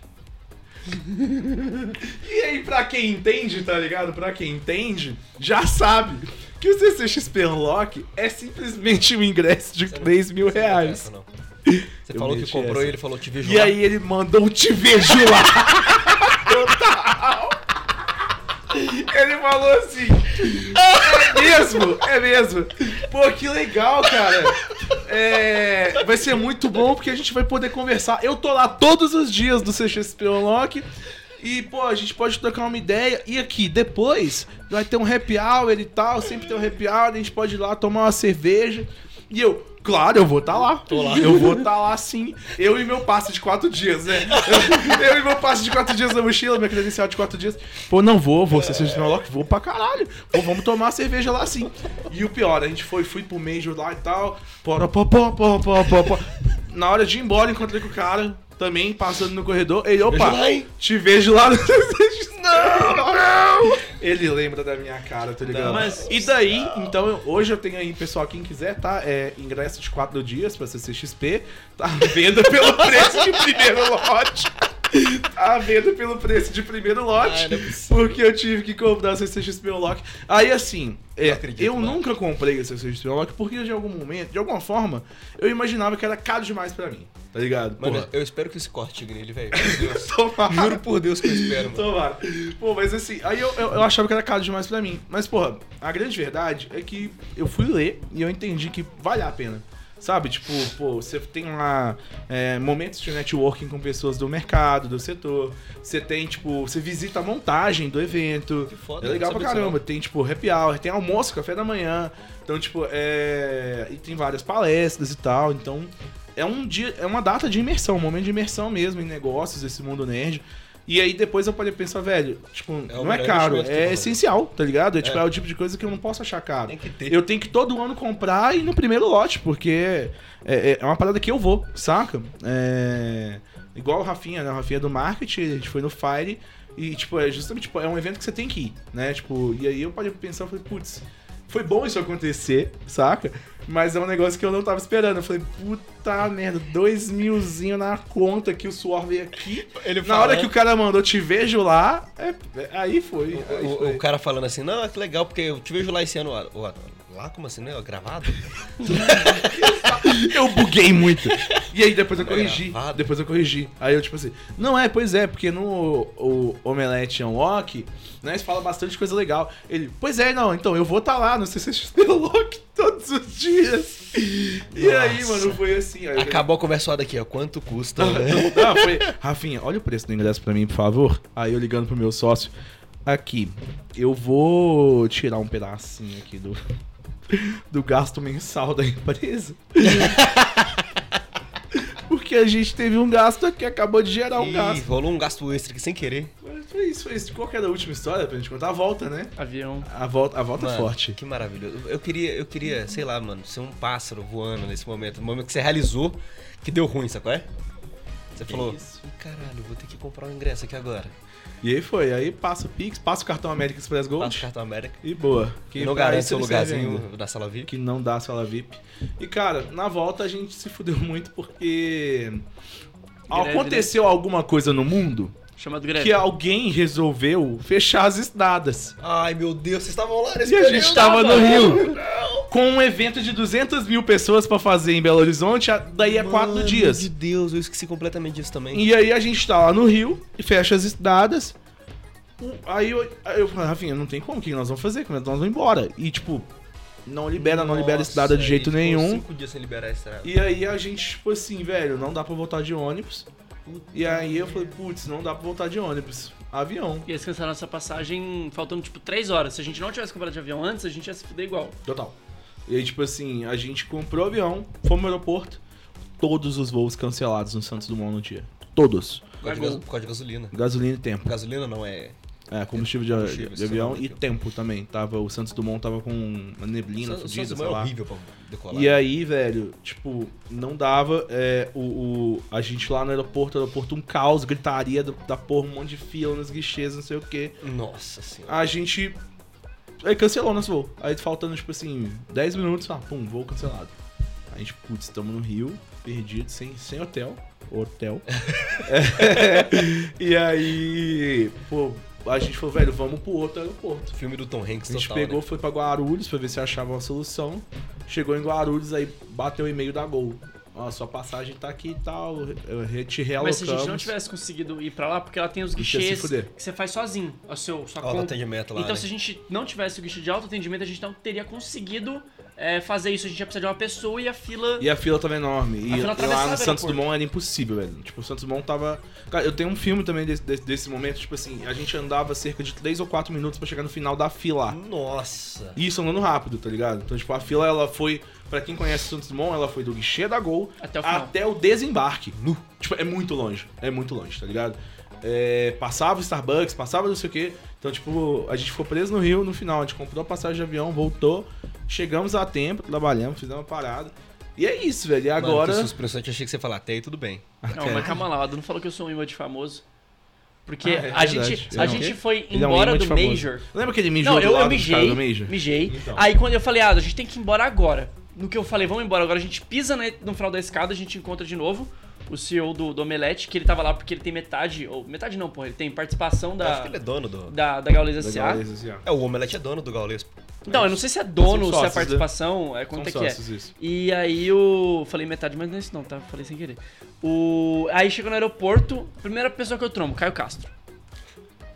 Speaker 2: e aí, pra quem entende, tá ligado? Pra quem entende, já sabe que o CCXP Unlock é simplesmente um ingresso de
Speaker 4: Você não-
Speaker 2: 3 mil
Speaker 4: Você não tem
Speaker 2: reais.
Speaker 4: essa, não. Você
Speaker 2: É, Eu
Speaker 4: falou que
Speaker 2: meti
Speaker 4: comprou
Speaker 2: essa.
Speaker 4: e ele falou, te vejo
Speaker 2: E
Speaker 4: lá.
Speaker 2: aí ele mandou um te vejo lá. Total. Ele falou assim. É mesmo, é mesmo. Pô, que legal, cara. É, vai ser muito bom porque a gente vai poder conversar. Eu tô lá todos os dias do CXP Unlock. E, pô, a gente pode trocar uma ideia. E aqui, depois, vai ter um happy hour e tal. Sempre tem um happy hour. A gente pode ir lá tomar uma cerveja. E eu, claro, eu vou estar lá. Eu vou estar lá sim. Eu e meu passe de quatro dias, né? Eu, eu e meu passe de quatro dias na mochila, minha credencial de quatro dias. Pô, não vou, vou ser CXP Unlock, vou pra caralho. Pô, vamos tomar uma cerveja lá sim. E o pior, a gente foi, fui pro Major lá e tal. Pora, pó, pó, pó, pó, pó, pó. Na hora de ir embora, encontrei com o cara. Também passando no corredor, ele, opa,
Speaker 4: lá, hein?
Speaker 2: te vejo lá no Não, não! Ele lembra da minha cara, tá ligado?
Speaker 4: Não.
Speaker 2: Mas, e daí, então, eu- hoje eu tenho aí, pessoal, quem quiser, tá? É, ingresso de 4 dias pra CCXP, tá à venda pelo preço de primeiro lote. Tá à venda pelo preço de primeiro lote.
Speaker 4: Ah, não é possível.
Speaker 2: porque eu tive que comprar o CCXP Unlock. Aí, assim, é,
Speaker 4: Não acredito, né?
Speaker 2: eu
Speaker 4: mano.
Speaker 2: nunca comprei o CCXP Unlock porque de algum momento, de alguma forma, eu imaginava que era caro demais pra mim, tá ligado?
Speaker 4: Mano,
Speaker 2: Porra.
Speaker 4: eu espero que esse corte chegue nele, velho. Meu Deus.
Speaker 2: Tomara.
Speaker 4: Juro por Deus que eu espero, mano.
Speaker 2: Tomara. Pô, mas assim, aí eu, eu, eu achava que era caro demais pra mim. Mas, porra, a grande verdade é que eu fui ler e eu entendi que vale a pena. Sabe, tipo, pô, você tem lá é, momentos de networking com pessoas do mercado, do setor. Você tem, tipo, você visita a montagem do evento.
Speaker 4: Que foda, né?
Speaker 2: é legal
Speaker 4: não
Speaker 2: pra
Speaker 4: sabia disso,
Speaker 2: caramba. Tem, tipo, happy hour, tem almoço, café da manhã. Então, tipo, é. E tem várias palestras e tal. Então, é um dia, é uma data de imersão, um momento de imersão mesmo em negócios, esse mundo nerd. E aí depois eu parei pensar, velho, tipo,
Speaker 4: o
Speaker 2: não é
Speaker 4: melhor
Speaker 2: caro,
Speaker 4: investimento que tu
Speaker 2: é
Speaker 4: faz.
Speaker 2: essencial, tá ligado? É, tipo, é o tipo de coisa que eu não posso achar caro.
Speaker 4: Tem que ter.
Speaker 2: Eu tenho que todo ano comprar e no primeiro lote, porque é, é- é uma parada que eu vou, saca? É... Igual o Rafinha, né? O Rafinha é do marketing, a gente foi no Fire e, tipo, é justamente tipo, é um evento que você tem que ir, né? Tipo, e aí eu parei pra pensar, eu falei, putz, foi bom isso acontecer, saca? Mas é um negócio que eu não tava esperando. Eu falei, puta merda, dois milzinho na conta que o suor veio aqui.
Speaker 4: Ele
Speaker 2: Na hora que o cara mandou, te vejo lá, é- é- aí foi. aí
Speaker 4: né? O-
Speaker 2: foi.
Speaker 4: O, o cara falando assim, não, é que legal, porque eu te vejo lá esse ano. ó, ó, lá como assim, né? ó, Gravado?
Speaker 2: Eu buguei muito. E aí depois eu corrigi.
Speaker 4: Tá Gravado.
Speaker 2: Depois eu corrigi. Aí eu, tipo assim, não é, pois é, porque no o Omelete Unlock, né, eles falam bastante coisa legal. Ele, pois é, não, então eu vou estar lá no CCXP Unlock todos os dias. E aí,
Speaker 4: Nossa.
Speaker 2: mano, foi assim. Aí eu-
Speaker 4: Acabou a conversa daqui, ó. Quanto custa? né?
Speaker 2: Ah, foi. Rafinha, olha o preço do ingresso pra mim, por favor. Aí eu ligando pro meu sócio. Aqui, eu vou tirar um pedacinho aqui do, do gasto mensal da empresa. Porque a gente teve um gasto que acabou de gerar um
Speaker 4: Ih,
Speaker 2: gasto.
Speaker 4: rolou um gasto extra aqui sem querer.
Speaker 2: Mas foi isso, foi isso. Qual que era a última história pra gente contar? A volta, né?
Speaker 3: Avião.
Speaker 2: A volta, a volta é
Speaker 4: Mano,
Speaker 2: forte.
Speaker 4: Que maravilhoso. Eu queria, eu queria, sei lá, mano, ser um pássaro voando nesse momento. No momento que você realizou que deu ruim, sabe qual é? Você falou,
Speaker 3: isso?
Speaker 4: "Ih, caralho, vou ter que comprar um ingresso aqui agora.
Speaker 2: E aí foi, aí passa o Pix, passa o cartão América Express Gold
Speaker 4: Passa o cartão América.
Speaker 2: e boa.
Speaker 4: E não
Speaker 2: pra
Speaker 4: garante
Speaker 2: isso
Speaker 4: seu
Speaker 2: ele serve ainda.
Speaker 4: lugarzinho na sala VIP.
Speaker 2: que não dá sala VIP. E, cara, na volta a gente se fudeu muito porque
Speaker 3: Greve,
Speaker 2: aconteceu alguma coisa no mundo
Speaker 3: Chamado greve.
Speaker 2: que é alguém resolveu fechar as estradas.
Speaker 4: Ai, meu Deus, vocês estavam lá nesse
Speaker 2: E a
Speaker 4: período?
Speaker 2: gente tava no Rio com um evento de 200 mil pessoas pra fazer em Belo Horizonte, a- daí a tá quatro
Speaker 4: Mano
Speaker 2: dias.
Speaker 4: de Deus, eu esqueci completamente disso também.
Speaker 2: E aí a gente tá lá no Rio e fecha as estradas. O- Aí eu, aí eu falei, Rafinha, não tem como, o que nós vamos fazer? Como é que nós vamos embora? E tipo, não libera, não libera a
Speaker 4: Nossa,
Speaker 2: estrada de
Speaker 4: aí
Speaker 2: jeito
Speaker 4: ficou
Speaker 2: nenhum.
Speaker 4: cinco dias sem liberar a estrada.
Speaker 2: E aí a gente, tipo assim, velho, não dá pra voltar de ônibus. E aí eu falei, putz, não dá pra voltar de ônibus. Avião.
Speaker 3: E eles cancelaram essa passagem faltando tipo 3 horas. Se a gente não tivesse comprado de avião antes, a gente ia se fuder igual.
Speaker 2: Total. E aí, tipo assim, a gente comprou o avião, fomos no aeroporto, todos os voos cancelados no Santos Dumont no dia. Todos.
Speaker 4: Por causa de
Speaker 3: Agora-
Speaker 4: gaso- por causa de gasolina.
Speaker 2: Gasolina e tempo.
Speaker 4: Gasolina não é.
Speaker 2: É, combustível de,
Speaker 4: Combustível,
Speaker 2: de avião
Speaker 4: isso é
Speaker 2: e tempo também. Tava, o Santos Dumont tava com uma neblina
Speaker 4: Santos-
Speaker 2: fodida,
Speaker 4: Santos
Speaker 2: sei
Speaker 4: é
Speaker 2: lá.
Speaker 4: horrível pra decolar.
Speaker 2: E aí, velho, tipo, não dava. é, o, o- a gente lá no aeroporto, aeroporto um caos, gritaria do- da porra, um monte de fila nos guichês, não sei o quê.
Speaker 4: Nossa senhora.
Speaker 2: a gente. Aí cancelou nosso voo. Aí faltando, tipo assim, 10 minutos, ah, pum, voo cancelado. A gente, putz, estamos no Rio, perdido, sem, sem hotel. Hotel. É, e aí, pô, a gente falou, velho, vamos pro outro aeroporto.
Speaker 4: Filme do Tom Hanks
Speaker 2: Então A gente
Speaker 4: total,
Speaker 2: pegou,
Speaker 4: né?
Speaker 2: foi pra Guarulhos pra ver se achava uma solução. Chegou em Guarulhos, aí bateu o e-mail da Gol. Ó, sua passagem tá aqui e tal, eu re- te realocamos.
Speaker 3: Mas se a gente não tivesse conseguido ir pra lá, porque ela tem os
Speaker 2: Tá gente ia se
Speaker 3: guichês
Speaker 2: fuder.
Speaker 3: que você faz sozinho, a seu, sua
Speaker 4: Ó, no
Speaker 3: conta.
Speaker 4: atendimento lá.
Speaker 3: Então,
Speaker 4: né?
Speaker 3: se a gente não tivesse o guichê de autoatendimento, a gente não teria conseguido é, fazer isso. A gente ia precisar de uma pessoa e a fila.
Speaker 2: E a fila tava enorme. E
Speaker 3: A fila atravessava
Speaker 2: lá no
Speaker 3: o
Speaker 2: Santos
Speaker 3: aeroporto.
Speaker 2: Dumont era impossível, velho. Tipo, o Santos Dumont tava. Cara, eu tenho um filme também desse, desse, desse momento, tipo assim, a gente andava cerca de 3 ou 4 minutos pra chegar no final da fila.
Speaker 4: Nossa.
Speaker 2: E isso andando rápido, tá ligado? Então, tipo, a fila ela foi. Pra quem conhece o Santos Dumont, ela foi do guichê da Gol
Speaker 3: Até o final.
Speaker 2: até o desembarque. Nu. Tipo, é muito longe. É muito longe, tá ligado? É, passava o Starbucks, passava não sei o quê. Então, tipo, a gente ficou preso no Rio no final. A gente comprou a passagem de avião, voltou. Chegamos a tempo, trabalhamos, fizemos uma parada. E é isso, velho. E agora.
Speaker 4: Mano, que suspressante, achei que você ia falar até aí, tudo bem.
Speaker 3: Não, mas calma lá, o Adu não falou que eu sou um imã de famoso. Porque
Speaker 2: Ah, é
Speaker 3: a
Speaker 2: verdade.
Speaker 3: gente,
Speaker 2: Ele
Speaker 3: a
Speaker 2: é um
Speaker 3: gente
Speaker 2: quê?
Speaker 3: foi
Speaker 2: Ele é um
Speaker 3: embora
Speaker 2: imã
Speaker 3: do
Speaker 2: de famoso.
Speaker 3: Major.
Speaker 2: Lembra aquele Major do
Speaker 3: Não, eu, eu
Speaker 2: lado do cara
Speaker 3: mijei.
Speaker 2: do Major?
Speaker 3: Mijei.
Speaker 2: Então.
Speaker 3: Aí quando eu falei, ah, a gente tem que ir embora agora. No que eu falei, vamos embora agora, a gente pisa na- no final da escada, a gente encontra de novo o CEO do, do Omelete, que ele tava lá porque ele tem metade, ou metade não, porra, ele tem participação
Speaker 4: Acho
Speaker 3: da,
Speaker 4: que ele é dono do.
Speaker 3: da, da Gaules
Speaker 2: Da
Speaker 3: S.A.
Speaker 2: galera, assim, ó.
Speaker 4: É, o Omelete é dono do Gaules. pô.
Speaker 3: Então, eu não sei se é
Speaker 2: São
Speaker 3: dono, se é
Speaker 2: sócios, né?
Speaker 3: participação, é
Speaker 2: São
Speaker 3: quanto é que é.
Speaker 2: sócios, isso.
Speaker 3: E aí eu falei metade, mas não é isso não, tá? Falei sem querer. O... Aí chegou no aeroporto, primeira pessoa que eu trombo, Caio Castro.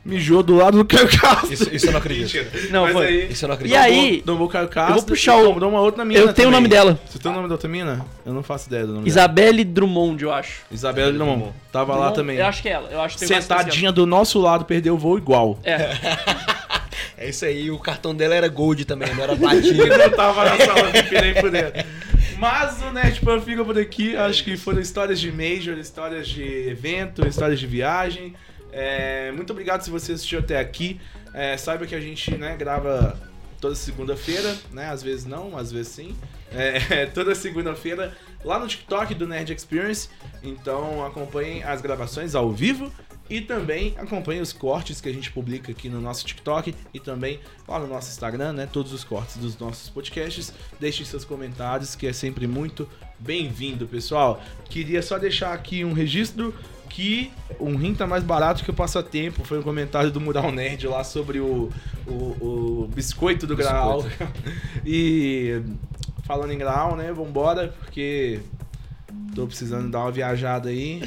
Speaker 2: Mijou do lado do Caio Castro.
Speaker 4: Isso, isso eu não acredito.
Speaker 3: Não,
Speaker 2: Mas
Speaker 3: foi.
Speaker 2: aí.
Speaker 4: Isso eu não
Speaker 3: E
Speaker 4: acredito.
Speaker 3: aí,
Speaker 2: Domou o Caio Castro.
Speaker 3: puxar
Speaker 2: um e
Speaker 3: o-
Speaker 2: Domou uma outra mina.
Speaker 3: eu tenho o
Speaker 2: também.
Speaker 3: nome dela.
Speaker 2: Você tem o nome da outra mina? Eu não faço ideia do nome dela.
Speaker 3: Isabelle Drummond, eu acho.
Speaker 2: Isabela Drummond. Tava lá
Speaker 3: Drummond,
Speaker 2: também.
Speaker 3: Eu acho que é ela, eu acho que tem mais
Speaker 2: Sentadinha do nosso lado, perdeu o voo igual.
Speaker 3: que ela. É,
Speaker 4: É isso aí, o cartão dela era Gold também, não era platina.
Speaker 2: Eu tava na sala VIP nem fudendo. Mas o Netpan fica por aqui. Acho que foram histórias de Major, histórias de evento, histórias de viagem. É, muito obrigado se você assistiu até aqui. É, saiba que a gente né, grava toda segunda-feira, né? Às vezes não, às vezes sim. É, toda segunda-feira lá no TikTok do Nerd Experience. Então acompanhem as gravações ao vivo e também acompanhem os cortes que a gente publica aqui no nosso TikTok e também lá no nosso Instagram, né? Todos os cortes dos nossos podcasts. Deixem seus comentários, que é sempre muito bem-vindo, pessoal. Queria só deixar aqui um registro que um rim tá mais barato que o passatempo. Foi um comentário do Mural Nerd lá sobre o, o, o biscoito do Graal. e falando em Graal, né? Vambora, porque tô precisando dar uma viajada aí.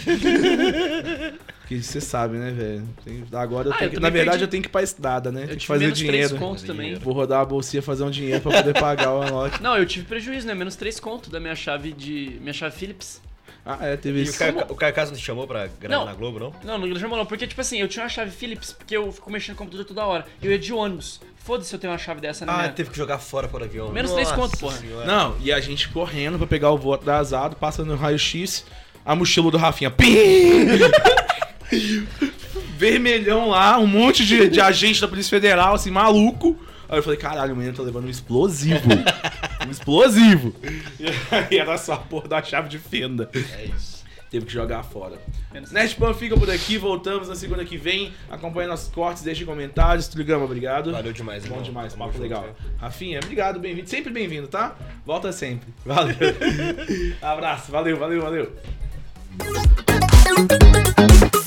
Speaker 2: Porque você sabe, né, velho? Tem- Agora eu
Speaker 3: Ah,
Speaker 2: tenho
Speaker 3: eu
Speaker 2: que, na
Speaker 3: também
Speaker 2: verdade
Speaker 3: perdi-
Speaker 2: eu tenho que ir pra estrada, né?
Speaker 3: Eu
Speaker 2: Tem que
Speaker 3: tive
Speaker 2: fazer
Speaker 3: menos três
Speaker 2: dinheiro.
Speaker 3: contos também.
Speaker 2: Vou rodar a bolsinha, fazer um dinheiro pra poder pagar o unlock.
Speaker 3: Não, eu tive prejuízo, né? Menos 3 conto da minha chave de. Minha chave Philips.
Speaker 2: Ah, é, teve
Speaker 4: E o
Speaker 2: isso.
Speaker 4: Caio, o Caio Castro não te chamou pra gravar
Speaker 3: Não.
Speaker 4: na Globo, não?
Speaker 3: Não, não chamou não, porque tipo assim, eu tinha uma chave Philips, porque eu fico mexendo no computador toda hora. Eu ia de ônibus. Foda-se eu tenho uma chave dessa na
Speaker 4: Ah,
Speaker 3: minha.
Speaker 4: teve que jogar fora por avião.
Speaker 3: Menos três
Speaker 4: Nossa
Speaker 3: conto, porra.
Speaker 4: senhora.
Speaker 2: Não, é? e a gente correndo pra pegar o voo atrasado, passa no raio-x, a mochila do Rafinha. Pim! Vermelhão lá, um monte de, de agente da Polícia Federal, assim, maluco. Aí eu falei, caralho, o menino tá levando um explosivo. Um explosivo. E era só a porra da chave de fenda.
Speaker 4: É isso.
Speaker 2: Teve que jogar fora.
Speaker 3: Menos-
Speaker 2: Nerdpan fica por aqui, voltamos na segunda que vem. Acompanhe nossos cortes, deixe comentários. Trigama, obrigado.
Speaker 4: Valeu demais,
Speaker 2: Bom
Speaker 4: irmão.
Speaker 2: demais,
Speaker 4: Tamo
Speaker 2: papo
Speaker 4: junto,
Speaker 2: legal.
Speaker 4: né?
Speaker 2: Rafinha, obrigado, bem-vindo. Sempre bem-vindo, tá? Volta sempre. Valeu. Abraço, valeu, valeu, valeu.
Speaker 5: Thank you.